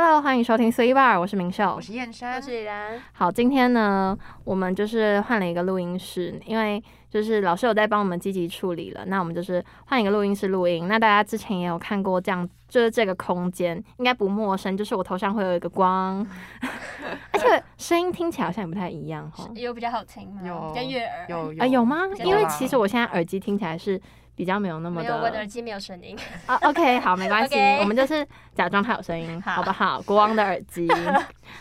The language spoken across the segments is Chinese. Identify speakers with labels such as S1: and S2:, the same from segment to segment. S1: 喽，欢迎收听 C Bar，我是明秀
S2: 我。是燕
S1: 嗯
S3: 我
S2: 山，
S3: 是李然，
S1: 好，今天呢，我们就是换了一个录音室，因为就是老师有在帮我们积极处理了，那我们就是换一个录音室录音。那大家之前也有看过这样，就是这个空间应该不陌生，就是我头上会有一个光， 而且声音听起来好像也不太一样哈。
S3: 有比较好听吗？
S2: 有
S3: 比较悦耳。
S2: 有有
S1: 啊，有吗？
S3: 有
S1: 因为
S3: 啊
S1: 其实我现在耳机听起来是比较没有那么
S3: 没有，我的耳
S1: 的
S3: 机没有声音。
S1: 啊。OK，好，没关系
S3: OK
S1: 我们就是假装它有声音，
S3: 好
S1: 好不好？国王的耳 机。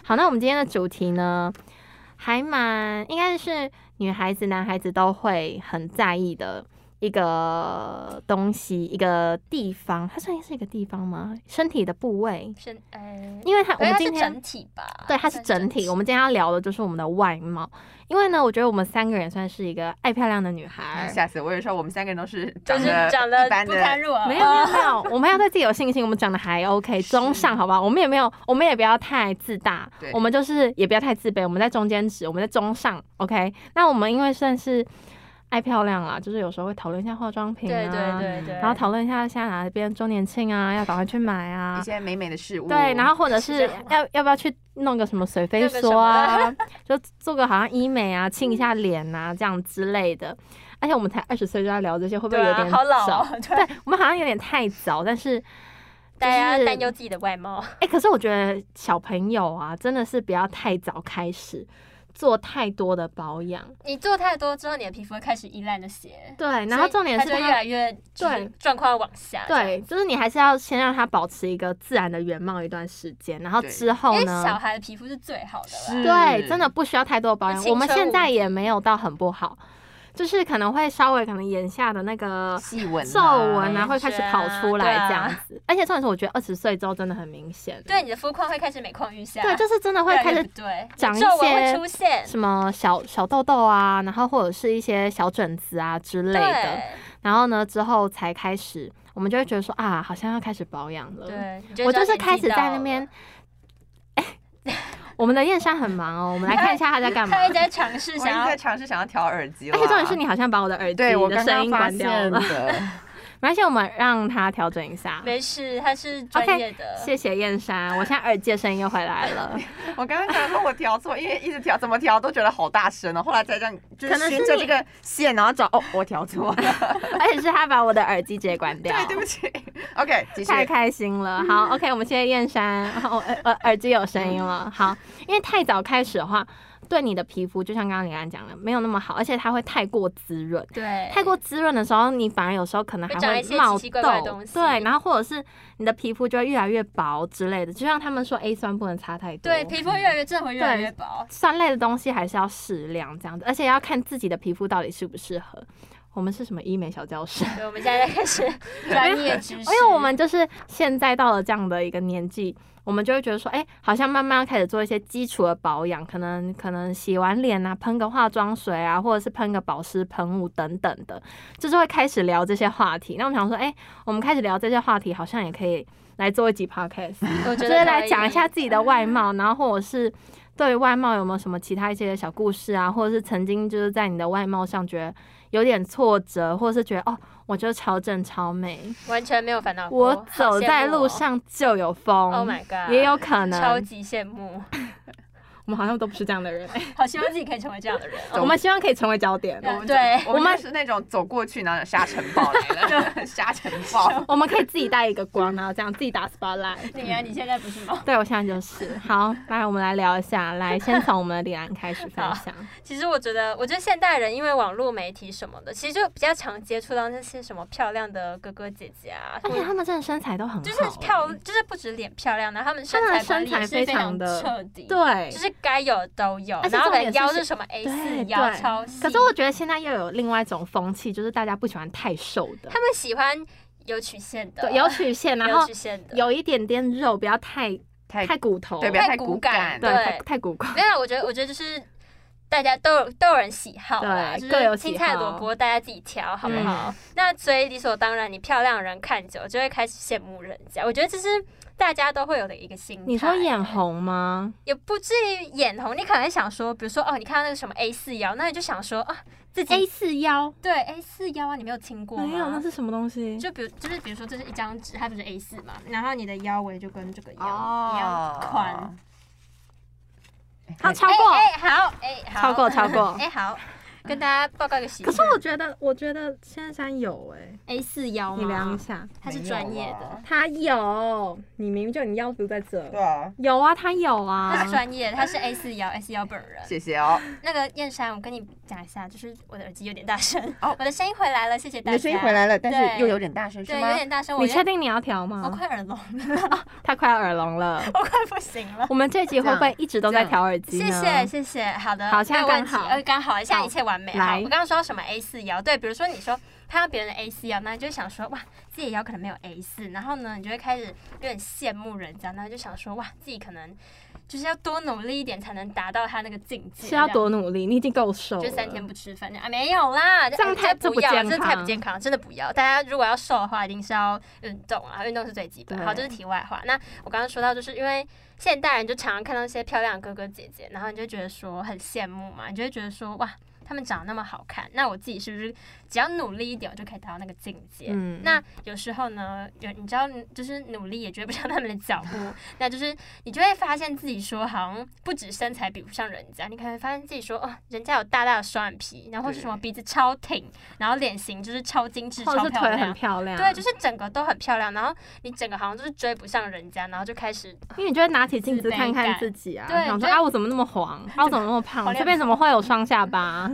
S1: 好，那我们今天的主题呢，还蛮应该是女孩子、男孩子都会很在意的一个东西，一个地方。它算是一个地方吗？身体的部位，
S3: 是，哎，
S1: 因为它我
S3: 可是
S1: 们
S3: 它
S1: 今
S3: 是啊
S1: 天
S3: 整体吧？
S1: 对，它是整体。我们今天要聊的就是我们的外貌，因为呢，我觉得我们三个人算是一个爱漂亮的女孩。
S2: 哎吓死我！我有时候我们三个人都是
S3: 就
S2: 长
S3: 是
S2: 得
S3: 长得
S2: 一般
S3: 不堪
S2: 的，
S3: 入耳。
S1: 没有没有没有，我们要对自己有信心，我们长得还 OK，
S2: 是
S1: 中上，好不好？我们也没有，我们也不要太自大
S2: 对，
S1: 我们就是也不要太自卑，我们在中间值，我们在中上，OK。那我们因为算是爱漂亮啦，就是有时候会讨论一下化妆品啊，
S3: 对对对对。
S1: 然后讨论一下现在哪边周年庆啊，要赶快去买啊
S2: 一，些美美的事物。
S1: 对，然后或者
S3: 是
S1: 是
S3: 这样
S1: 要要不要去弄个什么水飞
S3: 弄个什
S1: 梭啊，就做个好像医美啊，亲一下脸啊，这样之类的。而且我们才二十岁就在聊这些，会不
S3: 对
S1: 会有
S3: 啊，
S1: 点
S3: 好老
S1: 早？
S3: 哦。对，
S1: 对我们好像有点太早，但是
S3: 大家
S1: 就是
S3: 担忧自己的外貌。
S1: 哎、可是我觉得小朋友啊，真的是不要太早开始做太多的保养。
S3: 你做太多之后，你的皮肤会开始依赖那些。
S1: 对，然后重点是
S3: 所以它就会越
S1: 他，
S3: 来越就是
S1: 对
S3: 状况往下。
S1: 对，就是你还是要先让他保持一个自然的原貌一段时间，然后
S2: 对
S1: 之
S3: 这样，
S1: 后
S3: 因为
S1: 呢，
S3: 小孩的皮肤是最好的啦。
S2: 是
S1: 对，真的
S2: 嗯
S1: 不需要太多的保养。
S3: 青
S1: 我们
S3: 春
S1: 现
S3: 无
S1: 在
S3: 敌
S1: 也没有到很不好，就是可能会稍微可能眼下的那个
S2: 细纹啊
S1: 皱纹啊
S3: 感
S1: 会开始
S3: 觉
S1: 跑
S3: 啊
S1: 出
S3: 对
S1: 来
S3: 啊
S1: 这样子。而且重点是，我觉得二十岁之后真的很明显。
S3: 对，你的肤况会开始每况愈下。
S1: 对，就是真的会
S3: 越来
S1: 开
S3: 越
S1: 始
S3: 不对，你
S1: 长一
S3: 皱纹
S1: 些
S3: 会出现。
S1: 什么小小痘痘啊，然后或者是一些小疹子啊之类的。
S3: 对
S1: 然后呢，之后才开始，我们就会觉得说啊，好像要开始保养了。
S3: 对，嗯你
S1: 我
S3: 知道
S1: 就是
S3: 年纪
S1: 开始在
S3: 到
S1: 那边
S3: 了，
S1: 我们的燕山很忙哦，我们来看一下他在干 嘛。
S3: 他一直
S1: 而
S3: 在尝试
S2: 我一直
S3: 想
S2: 在
S3: 要，
S2: 尝试想要调耳机啦，
S1: 且重点是你好像把我的耳机
S2: 啊对我
S1: 的
S2: 刚
S1: 声
S2: 刚
S1: 音
S2: 发
S1: 关
S2: 现
S1: 掉了。
S2: 的，
S1: 没关系，我们让他调整一下。
S3: 没事，他是专
S1: OK，
S3: 业的。
S1: 哦谢谢燕山，我现在耳机的声音又回来了，
S2: 我刚刚想说哦我调错，因为一直调怎么调都觉得好大声哦，后来才这样就
S1: 可能是
S2: 循着
S1: 你
S2: 这个线，然后找哦，我调错了，
S1: 而且是他把我的耳机直接关掉。
S2: 对，对不起，OK，继续。
S1: 太开心了，好，OK，我们谢谢燕山，我耳耳耳机有声音了，好，因为太早开始的话，对你的皮肤就像刚刚李安讲的，没有那么好，而且它会太过滋润，
S3: 对，
S1: 太过滋润的时候，你反而有时候可能还
S3: 会长一些
S1: 冒
S3: 奇奇怪怪的
S1: 痘
S3: 东，西
S1: 对，然后或者是你的皮肤就会越来越薄之类的，就像他们说 A 酸不能擦太多，
S3: 对，皮肤越来越正，会越来越薄。
S1: 酸类的东西还是要适量这样子，而且要看自己的皮肤到底适不适合。我们是什么医美小教室？
S3: 对，我们现在在开始 专业知识，
S1: 因为我们就是现在到了这样的一个年纪，我们就会觉得说，哎、好像慢慢开始做一些基础的保养，可能可能洗完脸啊，喷个化妆水啊，或者是喷个保湿喷雾等等的，就是会开始聊这些话题。那我们想说，哎、我们开始聊这些话题，好像也可以来做一集 podcast。
S3: 我觉
S1: 就是
S3: 得可
S1: 来
S3: 以
S1: 讲一下自己的 外貌，然后或者是对外貌有没有什么其他一些小故事啊，或者是曾经就是在你的外貌上觉得有点挫折，或者是觉得哦，我就是超正超美，
S3: 完全没有烦恼过。
S1: 我
S3: 好
S1: 走
S3: 羡
S1: 在
S3: 慕
S1: 路
S3: 哦
S1: 上就有风。
S3: ，Oh my god，
S1: 也有可
S3: 超
S1: 能，
S3: 级羡慕，
S1: 我们好像都不是这样的人，
S3: 好希望自己可以成为这样的 人。
S2: 走
S1: 我们希望可以成为焦点，
S3: 对对
S2: 我
S1: 我
S2: 们
S1: 们
S2: 就是那种走过去然后沙尘暴来了，沙尘暴。
S1: 我们可以自己带一个光，然后这样自己打 spotlight。
S3: 你啊，你现在不是吗？
S1: 对，我现在就是好，来我们来聊一下，来先从我们的李兰开始分
S3: 好
S1: 享。
S3: 其实我觉得，我觉得现代人因为网络媒体什么的，其实就比较常接触到那些什么漂亮的哥哥姐姐啊，
S1: 而
S3: 或
S1: 且他们真的身材都很好，欸
S3: 就是漂，就是不止脸漂亮，然后他们身
S1: 他们
S3: 材
S1: 的
S3: 管
S1: 身
S3: 理
S1: 材
S3: 也是
S1: 非
S3: 非
S1: 常
S3: 常
S1: 的
S3: 彻底，，
S1: 对，
S3: 就是该有的都有，
S1: 而且
S3: 然后
S1: 重
S3: 可
S1: 点
S3: 能
S1: 是
S3: 腰
S1: 是
S3: 是什么 A
S1: 对
S3: 四腰
S1: 对
S3: 超细，
S1: 可是我觉得现在又有另外一种风气，就是大家不喜欢太瘦的，
S3: 他们喜欢有曲线的，
S1: 对，有曲线，然
S3: 有
S1: 后
S3: 曲线的，
S1: 有一点点肉，不要太
S2: 太
S1: 太骨头，
S2: 对不
S1: 对
S2: 要太
S3: 太骨
S2: 骨
S3: 感
S2: 感
S3: 对
S1: 太太骨感。
S3: 没有，我觉得我觉得就是大家都有都有人喜好啦，
S1: 对
S3: 就
S1: 各有
S3: 是
S1: 喜
S3: 青菜
S1: 好
S3: 萝卜大家自己挑，好不
S1: 嗯
S3: 好？那所以理所当然，你漂亮的人看久就会开始羡慕人家。我觉得这是大家都会有的一个心态。
S1: 你说眼红吗？
S3: 也不至于眼红，你可能会想说，比如说哦，你看到那个什么 A 四腰，那你就想说啊，自己
S1: A 四腰
S3: 对 A 四腰啊，你没有听过吗？
S1: 哎没有，那是什么东西？
S3: 就比如就是比如说这是一张纸，它不是 A 四嘛，然后你的腰围就跟这个腰、一样
S2: 哦，
S3: 宽。
S2: 哎。
S1: 它超
S3: 哎
S1: 过，
S3: 哎、好，哎、好，
S1: 超过，超过
S3: 哎、。好，跟大家报告一个喜讯。
S1: 可是我觉得，我觉得仙山有哎、
S3: A 四腰
S1: 你量一
S3: 吗？
S1: 下，
S3: 它是专业
S2: 啊
S3: 的，
S1: 他有，你明明就你腰不在这
S2: 对啊，
S1: 有啊，他有啊
S3: 它，是专业的，它是 A 四腰，A 四腰本人。
S2: 谢谢哦。
S3: 那个燕山，我跟你讲一下，就是我的耳机有点大声，
S2: 哦
S3: 我的声音回来了，谢谢大
S2: 你
S3: 家。
S2: 的声音回，来了，但
S3: 对
S2: 是又有点大声，是
S3: 对，有
S2: 吗？
S3: 点大声，我哦
S1: 你
S3: 有
S1: 确定你要调
S3: 我
S1: 吗？
S3: 快耳聋了，
S1: 他快要耳聋了。
S3: 我快不行了。
S1: 我们这集会不会一直都在调耳机
S3: 哦谢
S1: 呢？
S3: 谢谢谢，好的，
S1: 好现在
S3: 没有问题
S1: 刚好
S3: 呃，刚好，现在
S1: 好
S3: 一切完美。
S1: 来
S3: 好，我刚刚说到什么 A 四腰，对，比如说你说看到别人的 A 四腰，那你就会想说哇，自己的腰可能没有 A 四，然后呢，你就会开始有点羡慕人家，然后就想说哇，自己可能就是要多努力一点才能达到他那个境界，
S1: 是要
S3: 这样
S1: 多努力？你已经够瘦了，
S3: 就三天不吃饭啊？没有啦，
S1: 这样太
S3: 这
S1: 这不
S3: 不
S1: 健
S3: 要，
S1: 康
S3: 这太不健康，真的不要。大家如果要瘦的话，一定是要运动啊，运动是最基本。
S1: 对
S3: 好，这是题外话。那我刚刚说到，就是因为现代人就常常看到一些漂亮的哥哥姐姐，然后你就觉得说很羡慕嘛，你就会觉得说哇，他们长得那么好看，那我自己是不是只要努力一点，我就可以达到那个境界？
S1: 嗯
S3: 那有时候呢，有你知道，就是努力也追不上他们的脚步， 那就是你就会发现自己说，好像不止身材比不上人家，你可能发现自己说，哦，人家有大大的双眼皮，然后是什么鼻子超挺，然后脸型就是超精致、
S1: 或者
S3: 超
S1: 是
S3: 漂
S1: 腿很
S3: 亮。
S1: 漂亮，
S3: 对，就是整个都很漂亮，然后你整个好像就是追不上人家，然后就开 始
S1: 因为你就会拿起镜
S3: 自
S1: 子
S3: 卑
S1: 看看
S3: 感
S1: 自己啊，
S3: 对
S1: 想
S3: 你
S1: 说
S3: 就
S1: 啊，我怎么那么黄？啊，我怎么那么
S3: 好
S1: 胖？
S3: 脸
S1: 这边怎么会有双下巴？啊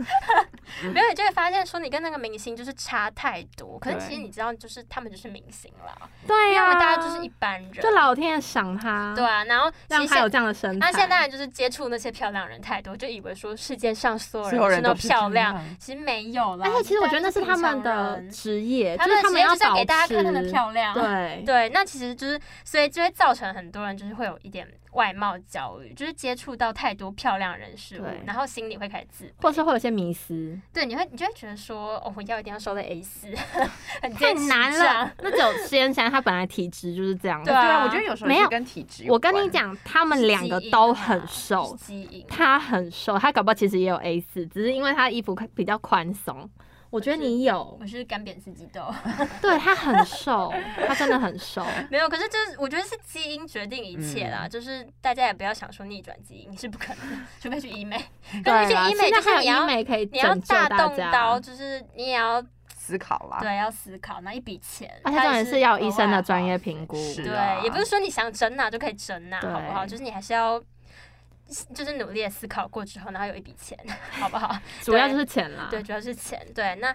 S3: 没有，你就会发现说你跟那个明星就是差太多。可是
S1: 对
S3: 其实你知道，就是他们就是明星啦，
S1: 对
S3: 因为
S1: 呀，
S3: 大家就是一般人。
S1: 就老天爷赏他，
S3: 对，啊，然后其
S1: 让
S3: 实
S1: 他
S3: 现
S1: 有这样的身材。
S3: 那现在就是接触那些漂亮人太多，就以为说世界上所有
S2: 所有
S3: 人
S2: 人
S3: 都
S2: 都是
S3: 漂亮
S2: 这，样
S3: 其实没有啦。
S1: 而且其实我觉得那是他们
S3: 大
S1: 的
S3: 家都是平常人
S1: 职业，
S3: 他
S1: 就
S3: 们
S1: 是
S3: 的
S1: 他
S3: 职
S1: 们
S3: 业
S1: 要
S3: 就是要
S1: 保
S3: 给大家看他们
S1: 持
S3: 漂亮。啊
S1: 对
S3: 对，那其实就是，所以就会造成很多人就是会有一点外貌焦虑，就是接触到太多漂亮人事物
S1: 对，
S3: 然后心里会开始自卑
S1: 或是会有些迷思，
S3: 对，你会你就会觉得说，哦，我要一定要收到 A 四， 很
S1: 太
S3: 坚持
S1: 难
S3: 这样
S1: 了。。那只有实验山他本来体质就是这样
S3: 对
S1: 的。
S3: 啊
S2: 对啊，我觉得有时候
S1: 没
S2: 也
S1: 有
S2: 是跟体质有
S1: 我跟
S2: 关
S1: 你，讲，他们两个
S3: 基因
S1: 都
S3: 啊
S1: 很瘦
S3: 是，基因。
S1: 他很瘦，他搞不好其实也有 A 四，只是因为他的衣服比较宽松。我觉得你有，
S3: 我是干煸四季豆，
S1: 对他很瘦，他真的很 瘦。
S3: 没有，可是就是我觉得是基因决定一切
S2: 嗯
S3: 啦，就是大家也不要想说逆转基因是不可能的，除非去 医美，但是
S1: 对
S3: 去
S1: 啦，
S3: 医美
S1: 现
S3: 就
S1: 在
S3: 是
S1: 还
S3: 你
S1: 有医
S3: 要
S1: 美可以
S3: 你要
S1: 拯救
S3: 大动
S1: 家。
S3: 刀，就是你也要
S2: 思考啦，
S3: 对要思考，那一笔钱，
S1: 而且重点是要有医生的专业评
S3: 估，
S1: 估，
S2: 是啊
S3: 对，也不是说你想整哪就可以整哪，
S1: 对
S3: 好不好？就是你还是要。就是努力的思考过之后，然后有一笔钱， 好不好？
S2: 啊
S1: 主要就是钱啦。
S3: 对，主要是钱。对，那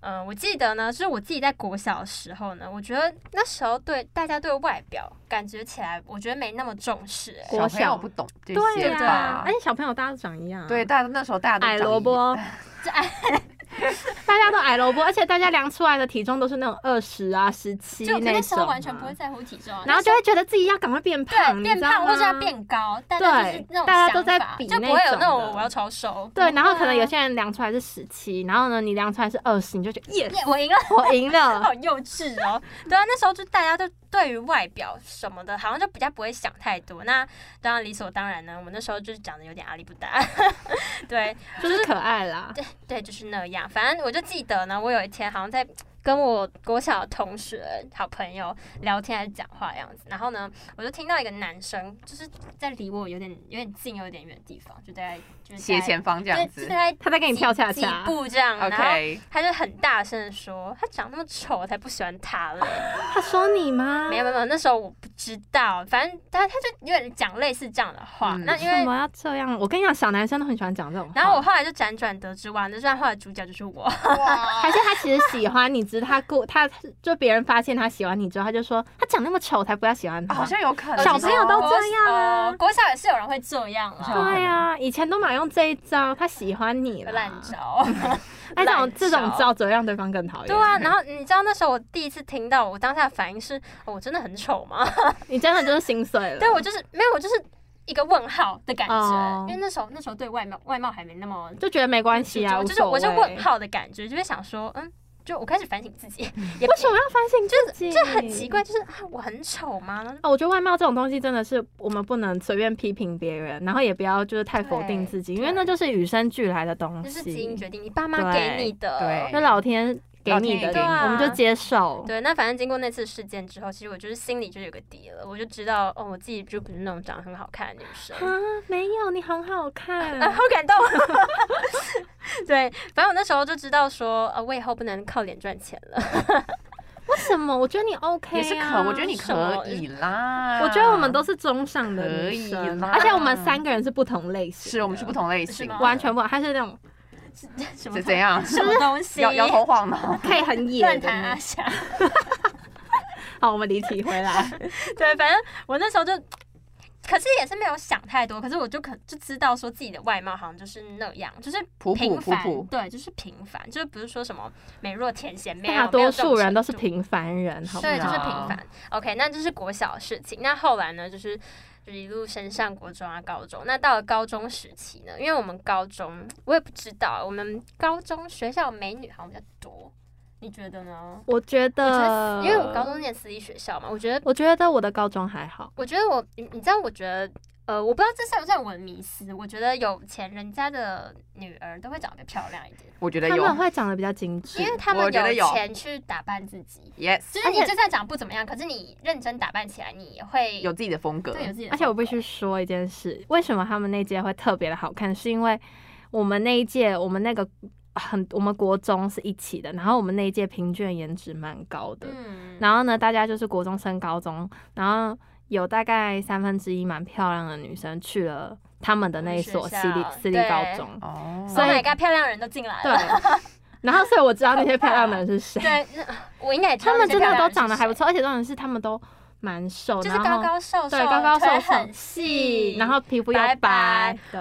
S3: 嗯、呃我记得呢，就是我自己在国小的时候呢，我觉得那时候对大家对外表感觉起来，我觉得没那么重视、欸
S1: 国
S2: 小朋
S1: 小
S2: 友不啊懂这
S1: 对
S2: 些
S1: 呀、
S2: 吧
S3: 啊
S1: 而？且小朋友大家都长一样，啊
S2: 对，，大家那时候大家都
S1: 矮
S2: 长
S1: 萝
S2: 一
S1: 卜，哎 大家都矮萝卜，而且大家量出来的体重都是那种二十啊、十七
S3: 就我
S1: 那
S3: 那时
S1: 种
S3: 候
S1: 啊，
S3: 完全不会在乎体重啊，
S1: 然后就会觉得自己要赶快变胖，
S3: 对啊
S1: 你
S3: 变
S1: 知道
S3: 胖或者要
S1: 吗。
S3: 变高，大家就
S1: 对
S3: 是那种
S1: 大家都在
S3: 想法
S1: 比
S3: 就
S1: 那
S3: 不会有那
S1: 种
S3: 种
S1: 的
S3: 我要超瘦。
S1: 对，
S3: 不
S1: 然后
S3: 会
S1: 可能有
S3: 啊
S1: 些人量出来是十七，然后呢，你量出来是二十，你就觉得耶，
S3: 耶 我赢了。
S1: 我赢了。
S3: 好幼稚哦！对啊，那时候就大家都对于外表什么的，好像就比较不会想太多。那当然理所当然呢，我那时候就是长得有点阿里不达， 对
S1: 就是可爱啦，
S3: 对，就是那样。反正我就记得呢，我有一天好像在跟我国小的同学、好朋友聊天还是讲话的样子，然后呢，我就听到一个男生就是在离我有点有点近、有点远的地方，就在就是
S2: 斜
S3: 在
S2: 前方这样
S3: 对，
S2: 子
S3: 就。在
S1: 他在给你跳恰
S3: 几
S1: 恰，
S3: 步这样，然后
S2: OK，
S3: 他就很大声的说：“他长那么丑，我才不喜欢他嘞。”
S1: 他说你吗？
S3: 没有没有，没有，那时候我不知道，反正他他就有点讲类似这样的话。
S2: 嗯
S3: 那因
S1: 为什
S3: 为，
S1: 么要这样？我跟你讲，小男生都很喜欢讲这种话。
S3: 然后我后来就辗转得知，哇，那段话的主角就是 我。
S1: 还是他其实喜欢你，只是他故 他就别人发现他喜欢你之后，他就说他长那么丑，才不要喜欢
S2: 啊
S3: 哦
S1: 他。
S2: 好像有 可能
S1: 小朋友都
S2: 哦
S1: 这样啊
S3: 哦国小也是有人会这样
S2: 好像
S3: 啊，
S1: 对呀、以前都马用这一招，他喜欢你了。
S3: 烂招。
S1: 那
S3: 烂
S1: 种
S3: 招
S1: 这种招只会让对方更讨厌。
S3: 对啊，然后你知道那时候我第一次听到， 我当下的反应是，哦我真的很丑吗？
S1: 你真的就是心碎了。
S3: 对我就是没有，我就是一个问号的感觉，
S1: 哦
S3: 因为那时候那时候对外貌外貌还没那么
S1: 就觉得没关系啊，
S3: 我
S1: 无
S3: 就是
S1: 所
S3: 我
S1: 谓。
S3: 是问号的感觉，就会想说，嗯，就我开始反省自己， 哎也
S1: 为什么要反省自己？
S3: 就很奇怪，就是啊，我很丑吗？
S1: 啊，我觉得外貌这种东西真的是我们不能随便批评别人，然后也不要就是太否定自己，因为那就是与生俱来的东
S3: 就
S1: 西，
S3: 是基因决定，你爸妈给你的。
S2: 对
S1: 就老天给你
S2: 老天爷
S1: 的，
S2: 给
S3: 你的
S1: 我们就接受。
S3: 对，那反正经过那次事件之后，其实我就是心里就有个底了，我就知道哦，我自己就不是那种长得很好看的女生。
S1: 啊，没有，你很好看。
S3: 啊，好感动！ 对，反正我那时候就知道说，呃，我以后不能靠脸赚钱了。
S1: 为什么？我觉得你 OK，、啊、
S2: 也是可，我觉得你
S3: 什么
S2: 可以啦。
S1: 我觉得我们都是中上的
S2: 可
S1: 女
S2: 以
S1: 生，
S2: 啦
S1: 而且我们三个人是不同类型，
S2: 是我们啊是不同类型
S3: 是吗
S2: 的，
S1: 完全不，他是那种
S3: 什么
S2: 是怎样？
S3: 什么东西？
S2: 摇摇头晃脑，
S1: 可以很野
S3: 乱
S1: 的
S3: 弹啊
S1: 那
S3: 阿
S1: 种。
S3: 霞。
S1: 好，我们离题回来。
S3: 对，反正我那时候就，可是也是没有想太多，可是我就可就知道说自己的外貌好像就是那样，就是
S2: 普普
S3: 平
S2: 普
S3: 凡，
S2: 普。
S3: 对，就是平凡，就是不是说什么美若天仙，没有
S1: 大多数人都是。
S3: 没有这种程度
S1: 平凡人，好不
S3: 对，就是
S1: 好？
S3: 平凡。OK，那就是国小的事情。那后来呢，就是就一路升上国中啊、高中。那到了高中时期呢，因为我们高中我也不知道，我们高中学校美女好像比较多，你觉得呢？
S1: 我觉
S3: 我觉
S1: 得
S3: 得，，因为我高中念私立学校嘛，我觉得
S1: 我觉得我的高中还好，
S3: 我觉得我，你你知道，我觉得，呃，我不知道这算不算我的迷思。我觉得有钱人家的女儿都会长得漂亮一点，
S2: 我觉得
S1: 他
S2: 有
S1: 们会长得比较精致
S3: 因。为 他们
S2: 我觉得有
S3: 钱去打扮自己。
S2: ，yes，
S3: 就是你
S1: 而且
S3: 就算长不怎么样，可是你认真打扮起来，你也会
S2: 有自己的风格。
S3: 对有自己的风格。
S1: 而且我必须说一件事，为什么他们那届会特别的好看，是因为我们那一届，我们那个很，我们国中是一起的，然后我们那一届平均颜值蛮高的，
S3: 嗯，
S1: 然后呢，大家就是国中升高中，然后有大概三分之一蛮漂亮的女生去了他们的那一所私立
S3: 学校
S1: 私立
S3: 对
S1: 高中，
S2: 哦，
S1: 所
S3: 所
S1: 以
S3: 以，Oh my god，漂亮人都进来
S1: 对
S3: 了。，
S1: 然后所以我知道那些漂亮的人是谁，
S3: 对，那我应该也知道
S1: 他们真的都
S3: 这些漂亮人是
S1: 长得还不
S3: 谁，
S1: 错，而且重点是他们都蛮瘦，
S3: 就是
S1: 然后
S3: 高高瘦瘦，
S1: 对高高
S3: 腿
S1: 瘦瘦
S3: 很细，
S1: 然后皮肤又
S3: 白
S1: 白
S3: 白，
S1: 对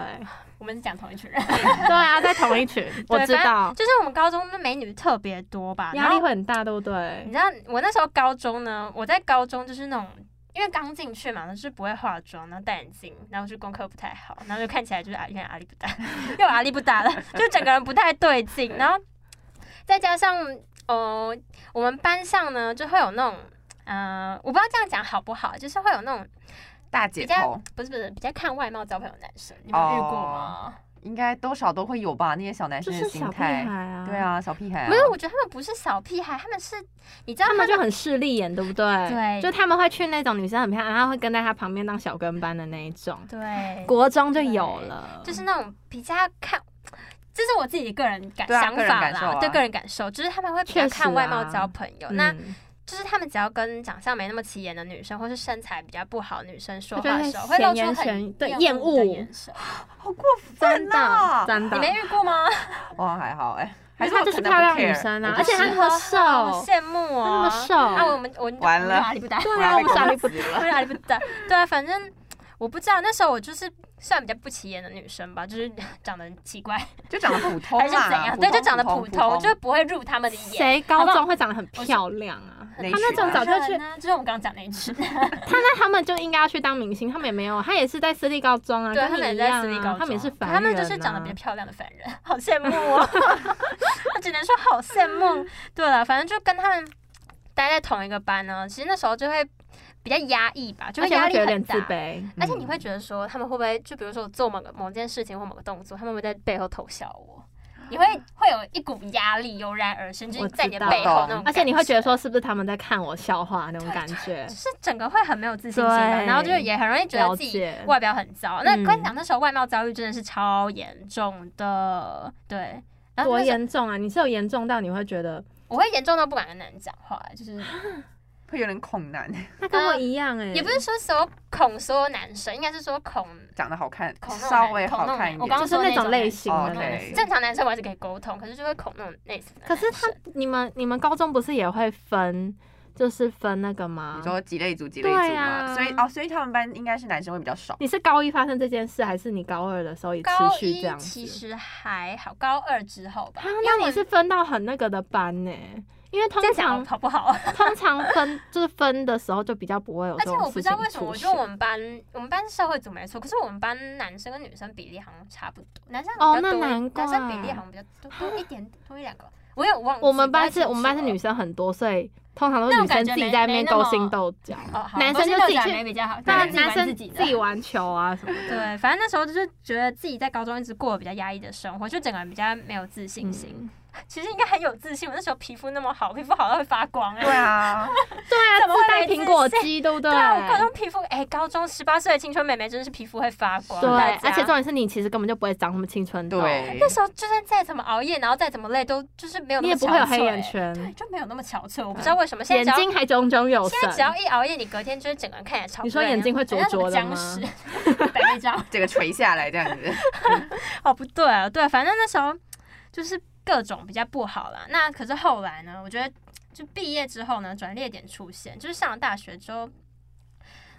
S3: 我们是讲同一群人，
S1: 对啊，在同一群，我
S3: 对
S1: 知
S3: 反正
S1: 道
S3: 就是我们高中的美女特别多吧，然
S1: 压
S3: 后
S1: 力会很大，对不
S3: 你
S1: 对？
S3: 知道我那时候高中呢，我在高中就是那种，因为刚进去嘛，就是不会化妆，然后戴眼镜，然后就功课不太好，然后就看起来就是啊，有点阿力不达， 又阿力不达了，就整个人不太对劲。然后再加上呃，我们班上呢就会有那种，呃，我不知道这样讲好不好，就是会有那种
S2: 大
S3: 比
S2: 姐
S3: 较
S2: 头
S3: 不是不是比较看外貌交朋友的男生，你们有遇过吗？
S2: 应该多少都会有吧？那些小男
S1: 就
S2: 生
S1: 是
S2: 的心
S1: 小屁孩
S2: 态，
S1: 啊，
S2: 对，啊，小屁孩啊，
S3: 没有，我觉得他们不是小屁孩，他们是，你知道
S1: 他们就很势利眼，对不对？
S3: 对
S1: 就他们会去那种女生很漂亮，然后会跟在她旁边当小跟班的那一种，
S3: 对
S1: 国中就有了，
S3: 就是那种比较看，这是我自己个人感、
S2: 对啊
S3: 想
S2: 个人
S3: 法
S2: 感受
S3: 啦，
S2: 啊
S3: 对个人感受，就是他们会比较
S1: 确实啊
S3: 看外貌交朋友，
S1: 嗯
S3: 那就是他们只要跟长相没那么起眼的女生，或是身材比较不好的女生说
S1: 我觉得
S3: 话的
S1: 很
S3: 时候，会
S1: 显
S3: 露出
S1: 眼
S3: 很
S1: 显对
S3: 厌恶
S1: 厌
S3: 的
S1: 恶
S3: 眼神。
S2: 好过
S1: 真
S2: 分
S1: 的
S2: 啊！
S1: 真的，
S3: 你没遇过吗？
S2: 哇，还好哎，
S1: 可
S2: 还是
S1: 是她
S2: 我
S1: 就是
S2: 可能
S1: 漂
S2: 不
S1: 亮女
S2: care，
S1: 生啊，
S2: 我
S1: 而
S2: 不
S1: 且她
S2: 是
S1: 那么
S3: 好
S1: 瘦，
S3: 羡慕哦，
S1: 那么瘦
S3: 啊，我们我
S2: 完了
S3: 阿里不达，
S2: 不
S1: 对
S2: 然
S1: 啊，我
S2: 被
S1: 们傻
S2: 攻
S1: 逼不
S2: 击
S3: 我
S2: 了。
S3: 哪里不达？对啊，反正。我不知道，那时候我就是算比较不起眼的女生吧，就是长得很奇怪，
S2: 就长得普通
S3: 还是
S2: 嘛，
S3: 怎样？
S2: 普
S3: 对，
S2: 通
S3: 就长得
S2: 普
S3: 普
S2: 通，
S3: 通，就不会入他们的眼。
S1: 谁高中会长得很漂亮啊？
S2: 雷
S1: 他那
S2: 区
S1: 种
S2: 啊
S1: 早就去，
S3: 呢，就是我们刚刚讲那一 群，
S1: 他那他们就应该要去当明星，他们也没有，他也是在私立高中啊，
S3: 对，
S1: 跟
S3: 他
S1: 你
S3: 们也
S1: 一
S3: 在私
S1: 样
S3: 立
S1: 啊
S3: 高中，，
S1: 他们也是凡人，啊
S3: 他们就是长得比较。漂亮的凡人， 好羡慕哦。我只能说好羡
S1: 嗯
S3: 慕。对了，反正就跟他们待在同一个班呢，其实那时候就会比较压抑吧，就
S1: 而且
S3: 压
S1: 会
S3: 力
S1: 觉得有点
S3: 很
S1: 自
S3: 大。
S1: 卑，嗯
S3: 而且你会觉得说，他们会不会就比如说我做某个某件事情或某个动作，他们会在背后偷笑我？你会会有一股压力油然而生，就
S1: 啊我
S3: 是在你的
S1: 知道
S3: 背后那种感。
S1: 而且你会觉得说是不是他们在看我笑话那种感觉
S3: 就？是整个会很没有自信心吧，
S1: 对
S3: 然后就也很容易觉得自己
S1: 了解
S3: 外表很糟。那
S1: 嗯
S3: 跟你讲，那时候外貌焦虑真的是超严重的，对。然后
S1: 多
S3: 那时候
S1: 严重啊！你是有严重到你会觉得
S3: 我会严重到不敢跟男人讲话，就是
S2: 会有点恐男，
S1: 他跟我一样哎、
S3: 呃也不是说所有恐所有男生，应该是说恐
S2: 长得好看，
S3: 恐那种
S2: 稍微
S3: 恐
S2: 好
S3: 那种
S2: 看一
S3: 我
S2: 点
S1: 就
S3: 刚。刚
S1: 是
S3: 说
S1: 那种
S3: 种
S1: 类型
S2: 哦
S1: 的
S2: 对
S1: 类型。
S3: 正常男生我还是可以沟通，可是就会恐那种类似的男
S1: 可
S3: 生。
S1: 是他你们你们高中不是也会分，就是分那个吗
S2: 你？
S3: 啊
S2: 说几类组几类
S1: 对
S2: 组
S1: 啊
S2: 嘛，所以哦，所以他们班应该是男生会比较少。
S1: 你是高一发生这件事，还是你高二的时候也持
S3: 高
S1: 续这
S3: 一
S1: 样
S3: 其
S1: 子？
S3: 实还好，高二之后吧，
S1: 啊，
S3: 因为
S1: 那
S3: 我
S1: 你是分到很那个的班呢、因为通
S3: 这样
S1: 常
S3: 讲好不好？
S1: 通常分就是分的时候就比较不会有
S3: 而
S1: 这
S3: 且
S1: 种
S3: 我不
S1: 事
S3: 知道为
S1: 情
S3: 什么，
S1: 出
S3: 我觉得我
S1: 现。
S3: 们班我们班社会组没错，可是我们班男生跟女生比例好像差不多，男生好
S1: 哦
S3: 像
S1: 那
S3: 比较多一，
S1: 难
S3: 男生比
S1: 怪
S3: 例好像比较多多一点，多一两个。我有忘记，
S1: 我们班
S3: 不
S1: 是
S3: 太清
S1: 我们班是
S3: 楚了
S1: 女生很多，所以通常都
S3: 那
S1: 是
S3: 种
S1: 女生
S3: 感觉
S1: 自己
S3: 没
S1: 在那
S3: 没
S1: 边
S3: 那
S1: 勾
S3: 么
S1: 心斗角，
S3: 哦，好
S1: 男
S3: 东
S1: 生
S3: 西
S1: 就
S3: 豆
S1: 自己
S3: 角
S1: 去
S3: 没比较好，
S1: 那
S3: 男
S1: 男生
S3: 己
S1: 自己
S3: 的。
S1: 玩球啊什么的。
S3: 对，反正那时候就是觉得自己在高中一直过得比较压抑的生活，就整个人比较没有自信心。
S1: 嗯
S3: 其实应该很有自信，我那时候皮肤那么好，皮肤好到会发光哎、
S2: 对啊，
S1: 对啊，
S3: 怎么
S1: 自
S3: 会
S1: 带
S3: 没
S1: 苹
S3: 自
S1: 果
S3: 信
S1: 肌，对不对？
S3: 对啊，我高中皮肤哎、高中十八岁的青春妹妹真的是皮肤会发光。
S1: 对，
S3: 大家
S1: 而且重点是你其实根本就不会长什么青春痘，
S2: 对
S3: 那，时候就算再怎么熬夜，然后再怎么累，都就是没有
S1: 你
S3: 那么
S1: 也不会有
S3: 憔
S1: 黑
S3: 悴
S1: 眼
S3: 欸对，
S1: 圈，嗯
S3: 就没有那么憔悴。我不知道为什么现
S1: 眼
S3: 在只要
S1: 睛还炯炯有
S3: 现在只要
S1: 神。
S3: 一熬夜，你隔天就是整个人看起来超啊
S1: 你说眼睛会灼灼的吗
S3: 僵尸， 白内障。
S2: 这个垂下来这样子，
S3: 哦，不对啊，对，反正那时候就是各种比较不好啦。那可是后来呢，我觉得就毕业之后呢，转捩点出现，就是上了大学之后。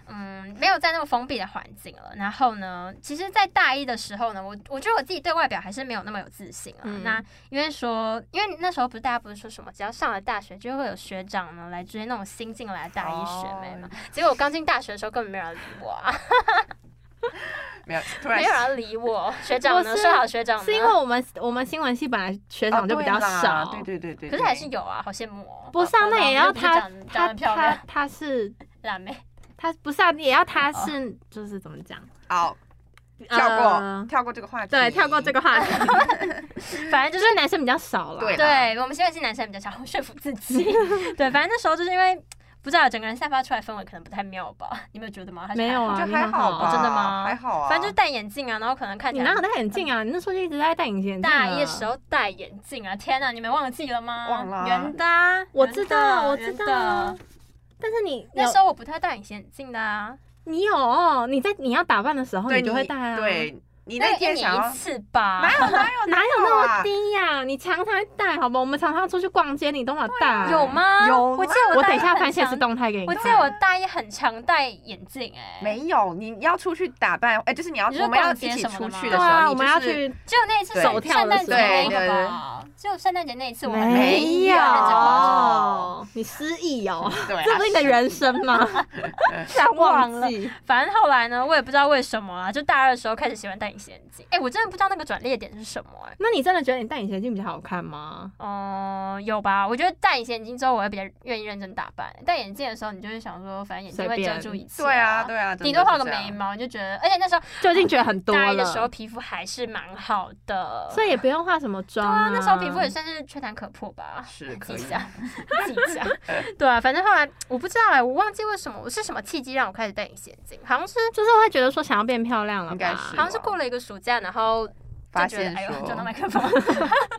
S3: 嗯，没有在那么封闭的环境了。然后呢，其实，在大一的时候呢，我我觉得我自己对外表还是没有那么有自信啊。
S1: 嗯
S3: 那因为说，因为那时候不是大家不是说什么，只要上了大学就会有学长呢来追那种新进来的大一学妹
S1: 哦
S3: 嘛。结果我刚进大学的时候，根本没有人理我啊，
S2: 没有，突然哦
S3: 没有啊人理 我。学长呢，
S1: 我是
S3: 说好学长呢，
S1: 是因为我们我们新闻系本来学长就比较
S2: 啊
S1: 少，
S2: 对啦对对对对，
S3: 可是还是有啊，好羡慕哦。
S1: 不是啊，那也要他
S3: 长长
S1: 他
S3: 得漂
S1: 他
S3: 亮，
S1: 他是
S3: 辣妹。
S1: 他不是啊，也要他
S3: 哦
S1: 是就是怎么讲，
S2: 好跳过
S1: 呃
S2: 跳过这个话题，
S1: 对，跳过这
S2: 个，
S1: 个 话题，
S3: 反正就
S1: 就是是男生比较少了，
S2: 对啦
S3: 对我们现在是男生比较想要说服自 己。对，反正那时候就是因为不知道整个人散发出来氛围可能不太妙吧？你们有觉得吗？还是
S1: 没有
S2: 我
S1: 啊
S2: 觉得还好吧，
S3: 哦真的吗
S2: 还好
S3: 还
S2: 啊，
S3: 好，反正就是戴眼镜啊，然后可能看起
S1: 你
S3: 来
S1: 哪有戴眼镜啊？你那时候就一直在戴隐形眼镜啊。
S3: 大一的时候戴眼镜啊！天哪，你们忘记了吗？
S2: 忘了啊
S3: 圆的啊，
S1: 我知道，我知
S3: 圆的
S1: 道。。但是你
S3: 那时
S1: 候
S3: 候我不太戴隐形眼镜的啊，
S1: 你有你在你要打扮的时候
S2: 对
S1: 你就会戴啊，，
S2: 对你
S3: 那
S2: 那
S3: 个一
S2: 天想
S3: 年一
S2: 要。
S3: 次吧。
S2: 哪有哪有
S1: 哪有那
S2: 啊
S1: 么低呀？你常常戴好吧？我们常常出去逛街，你都嘛戴
S3: 有？吗？
S2: 有
S3: 我记得
S1: 我
S3: 大
S1: 等一下
S3: 很
S1: 翻现实
S3: 常
S1: 动态给你
S3: 我
S1: 看。
S3: 记得我大一很常戴眼镜、哎，
S2: 没有，你要出去打扮，哎，就是你要
S3: 你说
S2: 我们要
S3: 逛
S2: 一
S3: 街
S2: 起
S3: 什
S2: 出
S3: 么的
S2: 去
S3: 吗
S1: 对
S2: 的时候，
S1: 啊，
S2: 你
S1: 我们
S2: 就
S1: 要
S2: 是
S1: 去
S3: 只有那一次
S2: 对
S3: 手圣诞节那
S2: 对
S3: 一
S2: 对
S3: 个
S2: 对
S3: 吧，只有圣诞节那一次我还
S2: 没
S1: 有
S2: 有
S3: 那种啊
S2: 有，
S1: 你失忆哦，
S2: 对啊，
S1: 这不是你的人生 吗？居然忘记。
S3: 反正后来呢，我也不知道为什么啊，就大二的时候开始喜欢戴隐形眼镜。哎、我真的不知道那个转捩点是什么哎、
S1: 那你真的觉得你戴隐形眼镜比较好看吗？
S3: 嗯，有吧？我觉得戴隐形眼镜之后，我会比较愿意认真打扮。戴眼镜的时候，你就会想说，反正眼睛
S1: 随
S3: 会遮
S1: 便
S3: 住一切、
S2: 对啊，对啊，
S3: 顶
S2: 真的
S3: 多
S2: 是
S3: 画个
S2: 这样
S3: 眉毛，你就觉得，而且那时候
S1: 就已经觉得很多
S2: 啊
S3: 大一
S1: 了，
S3: 的时候皮肤还是蛮好的，
S1: 所以也不用化什么妆、
S3: 对
S1: 啊
S3: 啊，那时候皮
S2: 嗯
S3: 肤也算是缺弹可破吧。
S2: 是可
S3: 记
S2: 以
S3: 一，下，记一下。对啊，反正后来我不知道哎、我忘记为什么，我是什么契机让我开始戴隐形眼镜，好像是
S1: 就是会觉得说想要变漂亮了吧，
S2: 应该是
S3: 好像是过了一个暑假，然后
S2: 发
S3: 就觉
S2: 现
S3: 得哎呦，撞到麦
S2: 说
S3: 克风。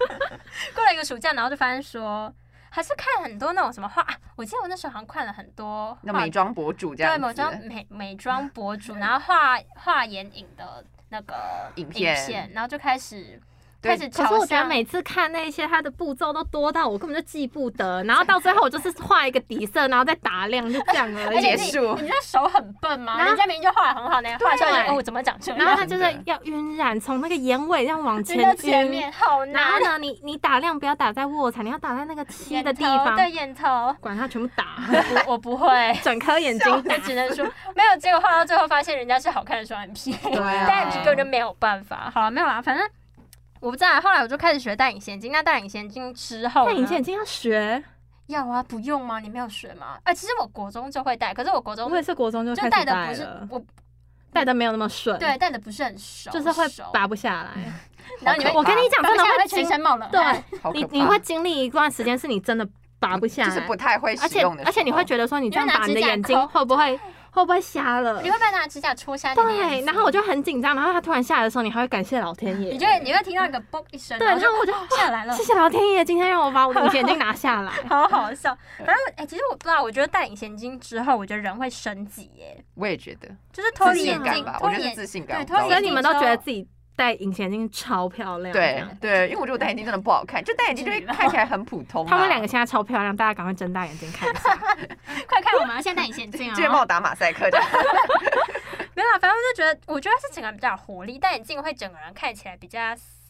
S3: 过了一个暑假，然后就发现说，还是看很多那种什么画，啊我记得我那时候好像看了很多
S2: 那
S3: 画
S2: 美妆博主这
S3: 对
S2: 样
S3: 美
S2: 子，
S3: 妆美美妆博主，然后画画眼影的那个
S2: 影片
S3: 然后就开始
S2: 对
S3: 开始
S1: 可是
S3: 朝
S1: 我觉得
S3: 向。
S1: 每次看那些它的步骤都多到我根本就记不得，然后到最后我就是画一个底色，然后再打亮，就这样而
S3: 而且
S1: 已
S2: 结。
S3: 你
S2: 束
S3: 你那手很笨吗？
S1: 然后
S3: 人家明明就画的很好呢，画出来就哦，我怎么长这样？
S1: 然后它就是要晕染，从那个眼尾这样往前
S3: 直到
S1: 晕。
S3: 前面好
S1: 然
S3: 难
S1: 后，呢，你你打亮不要打在卧蚕，你要打在那个漆
S3: 眼
S1: 的地
S3: 头
S1: 方，
S3: 对眼头，
S1: 管它全部打，
S3: 我我不会。
S1: 整颗眼睛打
S3: 我。只能说没有，结果画到最后发现人家是好看的双眼皮，
S1: 对啊
S3: 戴眼皮根本就没有办法。好了，没有啦，反正我不知道啊。后来我就开始学戴隐形眼镜，那戴隐形眼镜之后呢，
S1: 戴隐形眼镜要学，
S3: 要啊，不用吗？你没有学吗？哎、其实我国中就会戴，可是我国中
S1: 我也是国中就开
S3: 就
S1: 始
S3: 戴的
S1: 戴
S3: 不是
S1: 了，
S3: 我
S1: 戴的没有那么顺，
S3: 对，戴的不是很熟，
S1: 就是会
S3: 熟
S1: 拔不下来。
S3: 然后你会
S1: 我跟你讲，
S3: 拔
S1: 真
S3: 不
S1: 的
S3: 下
S1: 会
S3: 来会全
S1: 经
S3: 身冒冷 汗，
S1: 对
S2: 哎好
S1: 你
S2: 可
S1: 你
S2: 怕
S1: 会经历一段时间，是你真的拔不下
S2: 就
S1: 来，
S2: 是不太会
S1: 而
S2: 使
S1: 且
S2: 用的时候，
S1: 而且你会觉得说，你这样
S3: 因为拿
S1: 拔你的
S3: 指甲
S1: 眼睛
S3: 抠
S1: 会不会会不会瞎了
S3: 你？会被拿指甲戳瞎你的眼
S1: 对，
S3: 睛
S1: 然后我就很紧张，然后他突然下来的时候，你还会感谢老天爷
S3: 你。就会你会听到一个嘣一声，
S1: 对，
S3: 然
S1: 然
S3: 后
S1: 后
S3: 就哦
S1: 我就
S3: 下来 了
S1: 谢。谢老天爷，今天让我把我的隐形眼镜拿下 来。
S3: 好好笑，
S2: 嗯
S3: 反正哎、其实我不知道，我觉得戴隐形眼镜之后，我觉得人会升级耶，
S2: 我也觉得
S3: 就是脱
S2: 自
S3: 离眼
S2: 信感
S3: 镜
S2: 吧，，我
S3: 脱
S2: 觉得
S3: 离
S2: 是
S3: 眼
S2: 自信感，
S3: 对
S2: 不知道
S3: 脱离
S1: 所
S2: 为
S1: 以
S2: 什
S1: 你
S2: 么
S1: 们都觉得自己戴隐形眼镜超漂亮。这
S2: 对
S1: 样
S2: 对，因为我觉得我戴眼镜真的不好看，就戴眼镜就会看起来很普通嘛。啊
S1: 他们两个现在超漂亮，大家赶快睁大眼睛看一 下。
S3: 快看我们现在戴隐形眼镜
S2: 就会帮
S3: 啊！
S2: 我打马赛克这 样，
S3: 没有啦，反正我就觉得，我觉得是整个人比较有活力，戴眼镜会整个人看起来比较